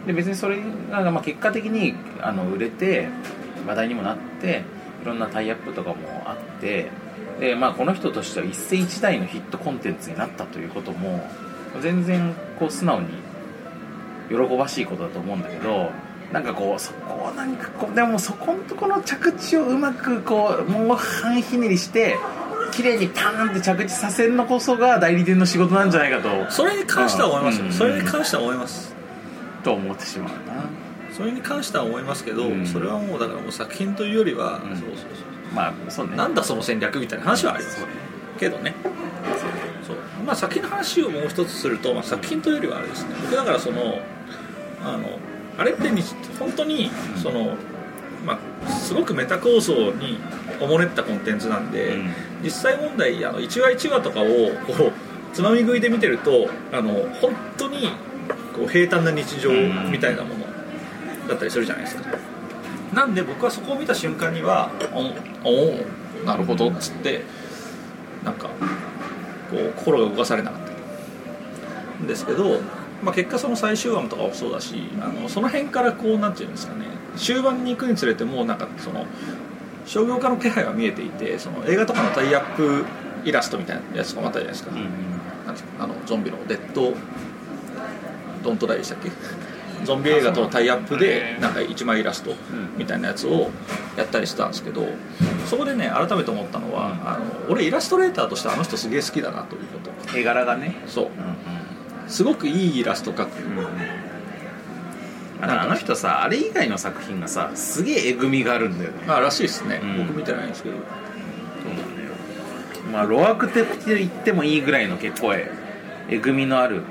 で別にそれがまあ結果的にあの売れて話題にもなっていろんなタイアップとかもあってで、まあ、この人としては一世一代のヒットコンテンツになったということも全然こう素直に喜ばしいことだと思うんだけどなんかこうそこをなんかこうでもそこのとこの着地をうまくこうもう半ひねりして綺麗にパーンって着地させるのこそが代理店の仕事なんじゃないかにとそれに関しては思いますうよんそれに関しては思いますと思ってしまうな。それに関しては思いますけど、うんそれはもうだからもう作品というよりは、うんそうそうそまあそううねなんだその戦略みたいな話はありますそうねけどねそうまあ作品の話をもう一つすると、まあ、作品というよりはあれですね僕だからそのあのあれってに本当にその、まあ、すごくメタ構想におもねったコンテンツなんで、うん実際問題あの1話1話とかをこうつまみ食いで見てるとあの本当にこう平坦な日常みたいなものだったりするじゃないですかなんで僕はそこを見た瞬間にはおおおなるほどっつってなんかこう心が動かされなかったんですけど、まあ、結果その最終話とかもそうだしあのその辺からこうなんていうんですかね終盤に行くにつれてもうなんかその商業化の気配は見えていてその映画とかのタイアップイラストみたいなやつとかもあったじゃないですか,、なんていうのあのゾンビの「デッド・ドント・ダイ」でしたっけゾンビ映画とのタイアップでなんか1枚イラストみたいなやつをやったりしてたんですけどそこでね改めて思ったのは、あの俺イラストレーターとしてあの人すげえ好きだなということ絵柄がねそうすごくいいイラスト描くあのあの人さあれ以外の作品がさすげええぐみがあるんだよねまあらしいですね、うん僕見てないんですけどまあロアクテって言ってもいいぐらいの結構ええぐみのある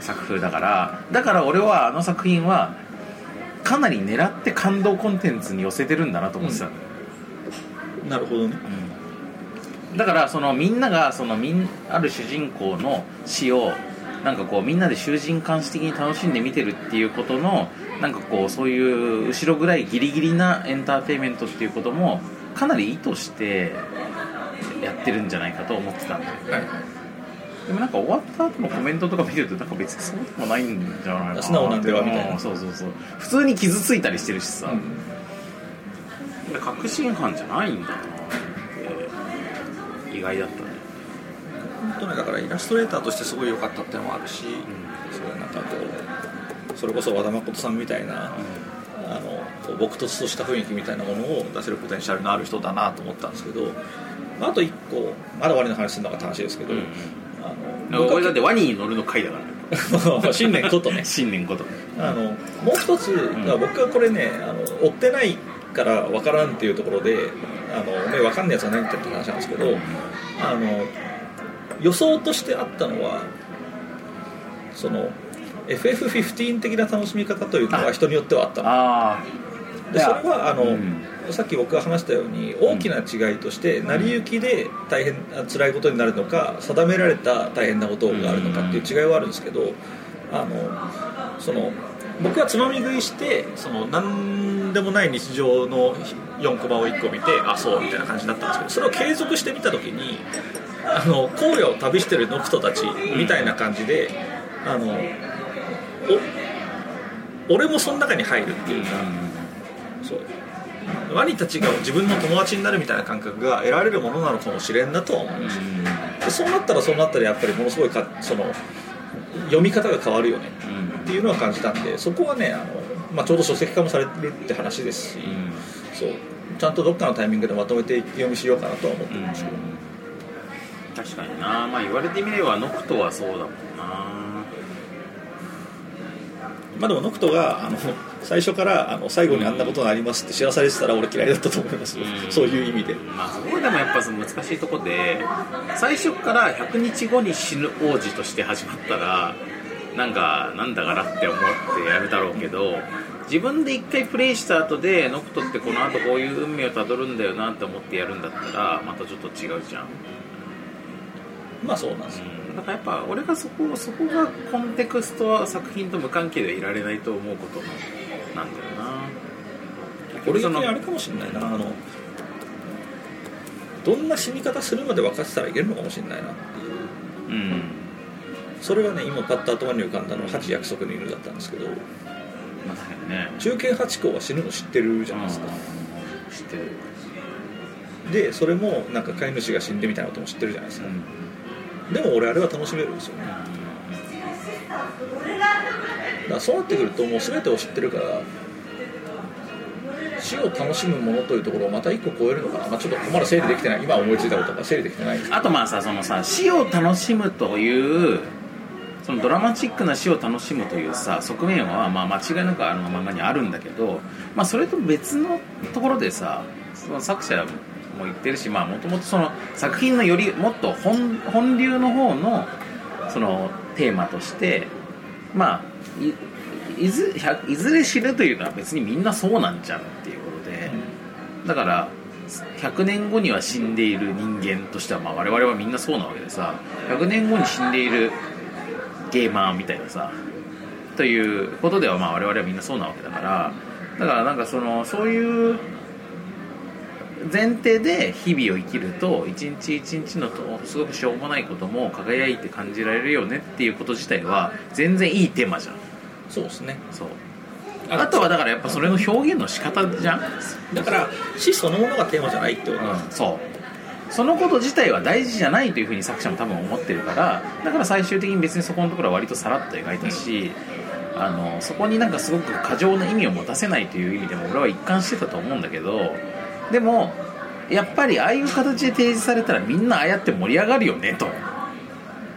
作風だからだから俺はあの作品はかなり狙って感動コンテンツに寄せてるんだなと思ってたのよ、なるほどねだからそのみんながそのみんある主人公の死をなんかこうみんなで囚人監視的に楽しんで見てるっていうことのなんかこうそういう後ろぐらいギリギリなエンターテインメントっていうこともかなり意図してやってるんじゃないかと思ってたんではいでもなんか終わった後のコメントとか見るとなんか別にそうでもないんじゃないかな素直なんだよみたいなうんそうそうそう普通に傷ついたりしてるしさ、うん確信犯じゃないんだなって意外だったね本当ねだからイラストレーターとしてすごい良かったってのもあるし、それなんかこうそれこそ和田誠さんみたいな、あのこう朴突とした雰囲気みたいなものを出せるポテンシャルのある人だなと思ったんですけどまああと1個まだ終わりの話するのが楽しいですけど、うんあの僕は [laughs] 俺だってワニに乗るの回だからね新年ことね新年ことねあのもう一つ、ん僕はこれねあの追ってないから分からんっていうところであの、ね、分かんないやつは何言ってって話なんですけど、あの予想としてあったのはその FF15 的な楽しみ方というのは人によってはあったのああでそれはあの、うんさっき僕が話したように大きな違いとして、成り行きで大変あ辛いことになるのか定められた大変なことがあるのかっていう違いはあるんですけどあのその僕はつまみ食いしてその何でもない日常の4コマを1個見てあそうみたいな感じになったんですけどそれを継続してみた時にあの荒野を旅してるノクトたちみたいな感じで、あのお俺もその中に入るっていうか。そうワニたちが自分の友達になるみたいな感覚が得られるものなのかもしれんなとは思います、でそうなったらそうなったらやっぱりものすごいかその読み方が変わるよねうんうんっていうのは感じたんでそこはねあの、まあ、ちょうど書籍化もされてるって話ですし、うんそうちゃんとどっかのタイミングでまとめて読みしようかなとは思ってるんですけど、確かになまあ言われてみればノクトはそうだもんなまあでもノクトがあの最初からあの最後にあんなことになりますって知らされてたら俺嫌いだったと思いますよ、うんそういう意味でまあそこでもやっぱその難しいとこで最初から100日後に死ぬ王子として始まったらなんかなんだからって思ってやるだろうけど自分で一回プレイした後でノクトってこの後こういう運命をたどるんだよなって思ってやるんだったらまたちょっと違うじゃんまあそうなんですようんだからやっぱ俺がそこそこがコンテクストは作品と無関係でいられないと思うことなんだよなこれ逆にあれかもしれないなあのどんな死に方するまで分かってたらいけるのかもしれないなっていううんそれがね今パッと頭に浮かんだのは8約束の犬だったんですけどまさにね中堅八公は死ぬの知ってるじゃないですか知ってるでそれもなんか飼い主が死んでみたいなことも知ってるじゃないですかでも俺あれは楽しめるんですよねだからそうなってくるともう全てを知ってるから死を楽しむものというところをまた一個超えるのかな、まあ、ちょっとまだ整理できてない今思いついたことが整理できてないあとまあさそのさ死を楽しむというそのドラマチックな死を楽しむというさ側面はまあ間違いなくあの漫画にあるんだけど、まあ、それと別のところでさその作者も言ってるしもともとその作品のよりもっと本本流の方のそのテーマとしてまあいいずいずれ死ぬというのは別にみんなそうなんじゃんっていうことで。だから100年後には死んでいる人間としては、まあ、我々はみんなそうなわけでさ100年後に死んでいるゲーマーみたいなさということでは、まあ、我々はみんなそうなわけだからだからなんかそのそういう前提で日々を生きると一日一日のとすごくしょうもないことも輝いて感じられるよねっていうこと自体は全然いいテーマじゃんそうですねそうあとはだからやっぱそれの表現の仕方じゃんだから死そのものがテーマじゃないってことなんですそうそのこと自体は大事じゃないというふうに作者も多分思ってるからだから最終的に別にそこのところは割とさらっと描いたし、あのそこになんかすごく過剰な意味を持たせないという意味でも俺は一貫してたと思うんだけどでもやっぱりああいう形で提示されたらみんなああやって盛り上がるよね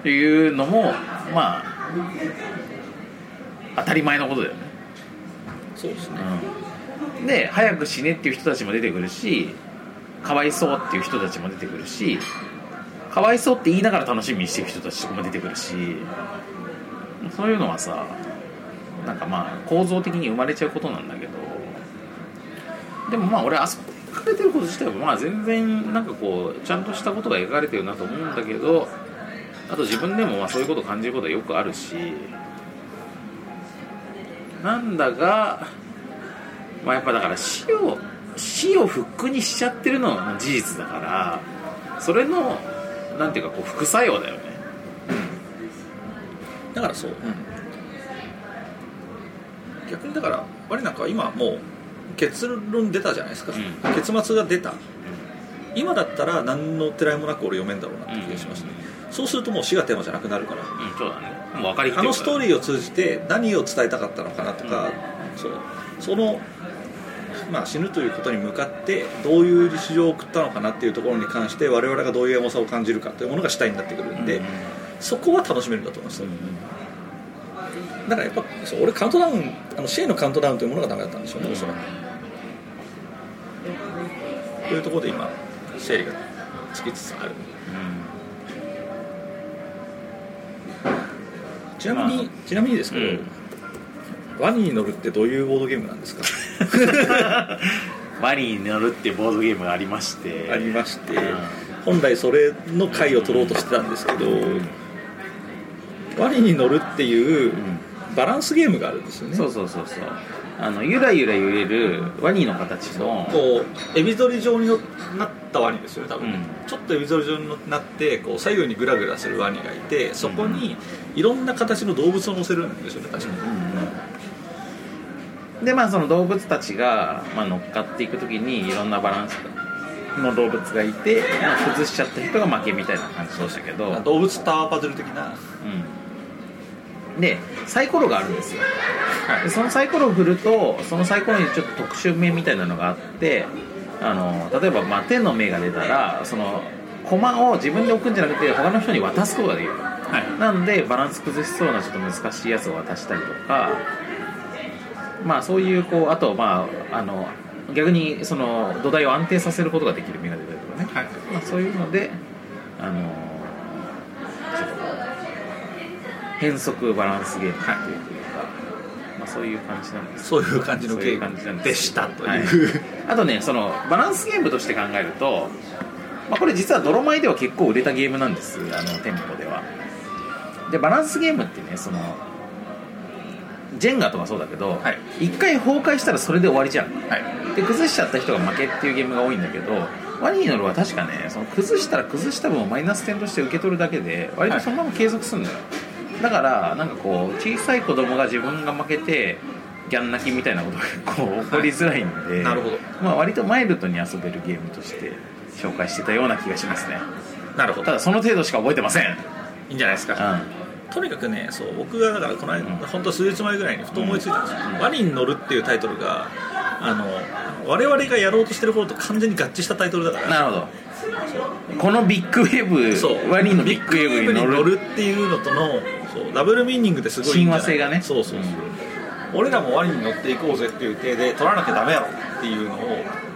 というのもまあ当たり前のことだよねそうですねで早く死ねっていう人たちも出てくるしかわいそうっていう人たちも出てくるしかわいそうって言いながら楽しみにしてる人たちも出てくるしそういうのはさなんかまあ構造的に生まれちゃうことなんだけどでもまあ俺あそこで描かれてること自体はまあ全然なんかこうちゃんとしたことが描かれてるなと思うんだけどあと自分でもまあそういうこと感じることはよくあるしなんだがまあ、やっぱだから死を死をフックにしちゃってるのは事実だからそれのなんていうかこう副作用だよねだからそう、逆にだから我なんかは今もう結論出たじゃないですか、う結末が出た、今だったら何のてらいもなく俺読めんだろうなって気がしますね、そうするともう死がテーマじゃなくなるからうんそうだねもう分かりきってあるのストーリーを通じて何を伝えたかったのかなとか、そうその、まあ、死ぬということに向かってどういう日常を送ったのかなっていうところに関して我々がどういう重さを感じるかというものが主体になってくるんで、そこは楽しめるんだと思います、だからやっぱそう俺カウントダウンあの C のカウントダウンというものがダメだったんでしょうねおそらくというところで今整理がつきつつあるちなみに、ちなみにですけど、うんワニに乗るってどういうボードゲームなんですかワニに乗るっていうボードゲームがありましてありまして、うん本来それの回を取ろうとしてたんですけど、ワニに乗るっていううんバランスゲームがあるんですよねそうそうそうそうあのゆらゆら揺れるワニの形のこうエビ反り状になったワニですよね多分、うんちょっとエビ反り状になってこう左右にグラグラするワニがいてそこにいろんな形の動物を乗せるんですよね確かに、でまあその動物たちが、まあ、乗っかっていくときにいろんなバランスの動物がいて、まあ、崩しちゃった人が負けみたいな感じでしたけど、あ動物タワーパズル的なうん、でサイコロがあるんですよでそのサイコロを振るとそのサイコロにちょっと特殊目みたいなのがあってあの例えば、まあ、手の目が出たらその駒を自分で置くんじゃなくて他の人に渡すことができる、なんでバランス崩しそうなちょっと難しいやつを渡したりとかまあそういうこうあとまああの逆にその土台を安定させることができる目が出たりとかね、はいまあ、そういうのであのちょっとこう変則バランスゲームっていうか、まあ、そういう感じなんですそういう感じのそうゲいうー感じなんムですでしたとはいいう、あとねそのバランスゲームとして考えると、まあ、これ実は泥米では結構売れたゲームなんですあの店舗ではでバランスゲームってねそのジェンガとかそうだけど、はい一回崩壊したらそれで終わりじゃんはいで崩しちゃった人が負けっていうゲームが多いんだけどワニーノルは確かねその崩したら崩した分をマイナス点として受け取るだけで割とそのまま継続するんだよ、だからなんかこう小さい子供が自分が負けてギャン泣きみたいなことが結構起こりづらいんで、なるほどまあ割とマイルドに遊べるゲームとして紹介してたような気がしますねなるほたどだその程度しか覚えてません、うん、いいんじゃないですか、とにかくねそう僕がだからこの間、うん本当数日前ぐらいにふと思いついたんですようん「ワニに乗る」っていうタイトルがあの我々がやろうとしてることと完全に合致したタイトルだからなるほどこのビッグウェーブそうワニーのビッグウェーブに乗るっていうのとのそうダブルミーニングですごいいいんじゃない親和性がねそうそうそう、俺らもワニに乗っていこうぜっていう体で取らなきゃダメやろっていうのを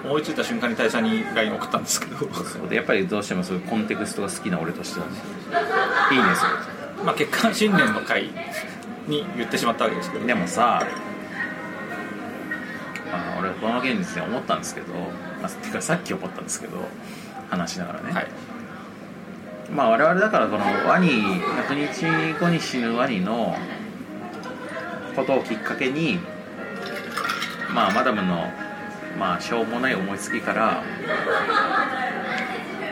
思いついた瞬間に大佐に LINE 送ったんですけどでやっぱりどうしてもそういうコンテクストが好きな俺としてはねいいねそまあ結果新年の会に言ってしまったわけですけどれでもさあの俺この件について思ったんですけど、まあ、てかさっき思ったんですけど話しながらね、はいまあ我々だからこのワニ100日後に死ぬワニのことをきっかけにまあマダムのまあしょうもない思いつきから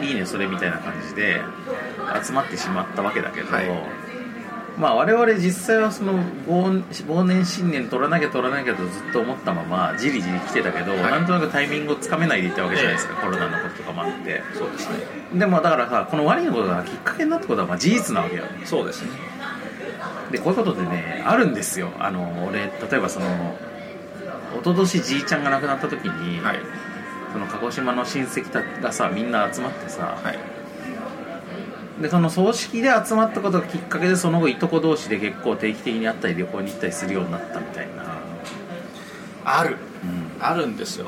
いいねそれみたいな感じで集まってしまったわけだけど、はいまあ我々実際はその忘忘年新年取らなきゃ取らなきゃとずっと思ったままじりじり来てたけど、いなんとなくタイミングをつかめないでいたわけじゃないですか、コロナのこととかもあって。そうですねでもだからさこのワニのことがきっかけになったことはまあ事実なわけよそうですねでこういうことでねあるんですよあの俺例えばその一昨年じいちゃんが亡くなった時に、はいその鹿児島の親戚たがさみんな集まってさ、はいでその葬式で集まったことがきっかけでその後いとこ同士で結構定期的に会ったり旅行に行ったりするようになったみたいな、あるうんあるんですよ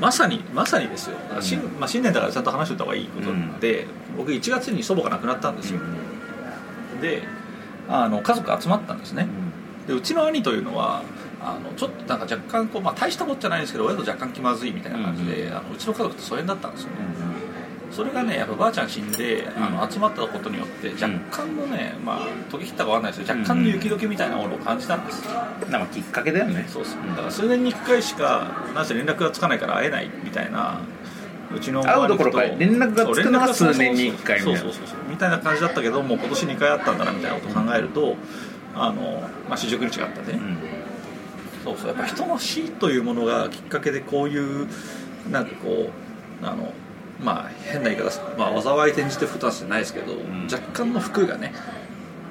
まさにまさにですよ、新まあ、新年だからちゃんと話しておいた方がいいことで、僕1月に祖母が亡くなったんですよ、であの家族集まったんですねでうちの兄というのはあのちょっとなんか若干こう、まあ、大したことじゃないんですけど親と若干気まずいみたいな感じで、ううあのうちの家族と疎遠だったんですよねそれがねやっぱばあちゃん死んで、んあの集まったことによって若干のね、まあ解き切ったかわかんないですけど若干の雪解けみたいなものを感じたんです、うんなんかきっかけだよねそうそううんだから数年に1回しかなんせ連絡がつかないから会えないみたいなうちの会うどころか割と連絡がつくのが数年に一回みそたいうなそうそうそうみたいな感じだったけどもう今年2回あったんだなみたいなことを考えると、あのまあ四十九日があったうね、んそうそうやっぱ人の死というものがきっかけでこういうなんかこうあのまあ変な言い方ですまあ災い転じてふたじゃないですけど、ん若干の服がね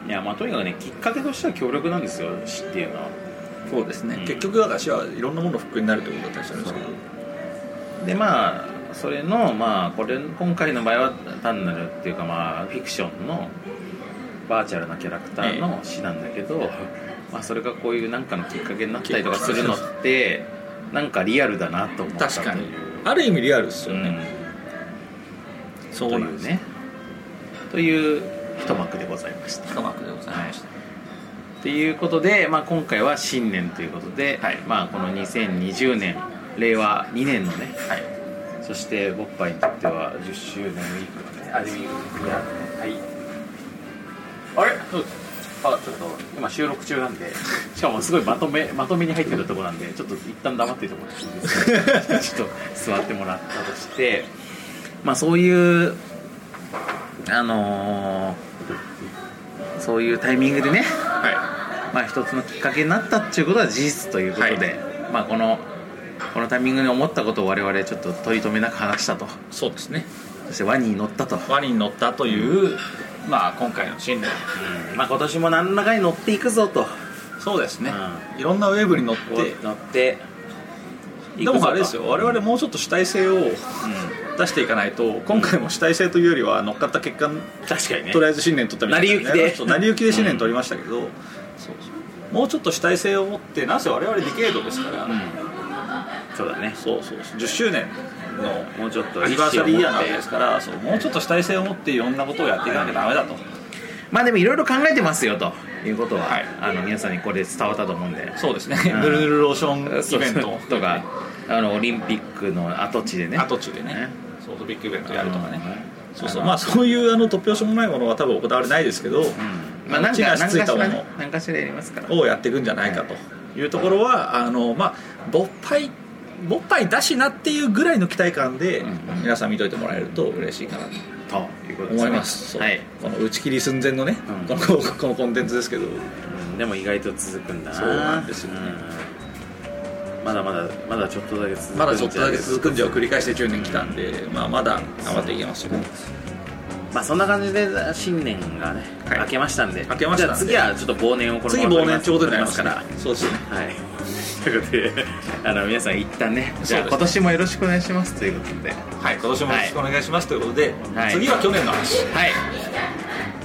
いやまあとにかくねきっかけとしては強力なんですよ死っていうのはそうですね、うん結局だから死はいろんなものの服になるということだったりするんですけどでまあそれのまあこれ今回の場合は単なるっていうかまあフィクションのバーチャルなキャラクターの詩なんだけど、まあそれがこういうなんかのきっかけになったりとかするのってなんかリアルだなと思ったという確かにある意味リアルですうよね、ん、そとういなんでうすねねという一幕でございました深幕でございました、ということで、まあ、今回は新年ということで、まあ、この2020年令和2年のね、そしてボッパイにとっては10周年ウィークのねあれウィークいやはいあれどうですあちょっと今収録中なんでしかもすごいまとめまとめに入ってるところなんでちょっと一旦黙っていてもらっていいですかちょっと座ってもらったとしてまあそういうあのーそういうタイミングでね、はまあ、一つのきっかけになったっていうことは事実ということで、まあ、このこのタイミングに思ったことを我々ちょっと取り留めなく話したといそうですねそしてワニに乗ったと、ワニに乗ったという、まあ今回の新年まあ、今年も何らかに乗っていくぞとそうですね、いろんなウェーブに乗って乗っていくでぞともあれですよ我々もうちょっと主体性を出していかないと今回も主体性というよりは乗っかった結果、うん、確かにねとりあえず新年取ったみたい成な、り行きでそう成り行きで新年取りましたけど、そうそうもうちょっと主体性を持ってなぜ我々ディケードですから、うんそうだねそうそうそう10周年のもうちょっとアニバーサリーイヤーなわけ意思を持でっすてからそうもうちょっと主体性を持っていろんなことをやっていかなきゃダメだと、まあでもいろいろ考えてますよということは、はいあの皆さんにこれで伝わったと思うんでそうですねうんぬるぬるローションそイうベントとかあのオリンピックの跡地でね跡地でねねそうそうビッグイベントやるとかね、うんそうそうまあそういうあの突拍子もないものは多分行われないですけど、まあ、なん地かが何かつしいたもら、のね、何かしらやりますからをやっていくんじゃないかというところは、あのまあ勃発勃発だしなっていうぐらいの期待感でうん皆さん見といてもらえると嬉しいかなとということですね思います、そうはい、この打ち切り寸前のね、うんこのこのコンテンツですけどうんでも意外と続くんだなそうなんですよねうんまだまだまだちょっとだけ続くんじゃまだちょっとだけ続くんじゃを繰り返して10年来たんで、まあ、まだ頑張っていきますよまあそんな感じで新年がね、はい明けましたんで明けましたんでじゃあ次はちょっと忘年をこの次まま忘年ってことになりますかかららそうですねはい、 [laughs] ということであの皆さん一旦ねじゃあそうですね今年もよろしくお願いしますということではい今年もよろしくお願いしますということで、はい次は去年の話はい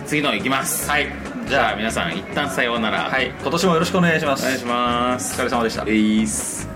次のいきますはいじゃあ皆さん一旦さようならはい今年もよろしくお願いしまおす願いしますお疲れ様でしたレイス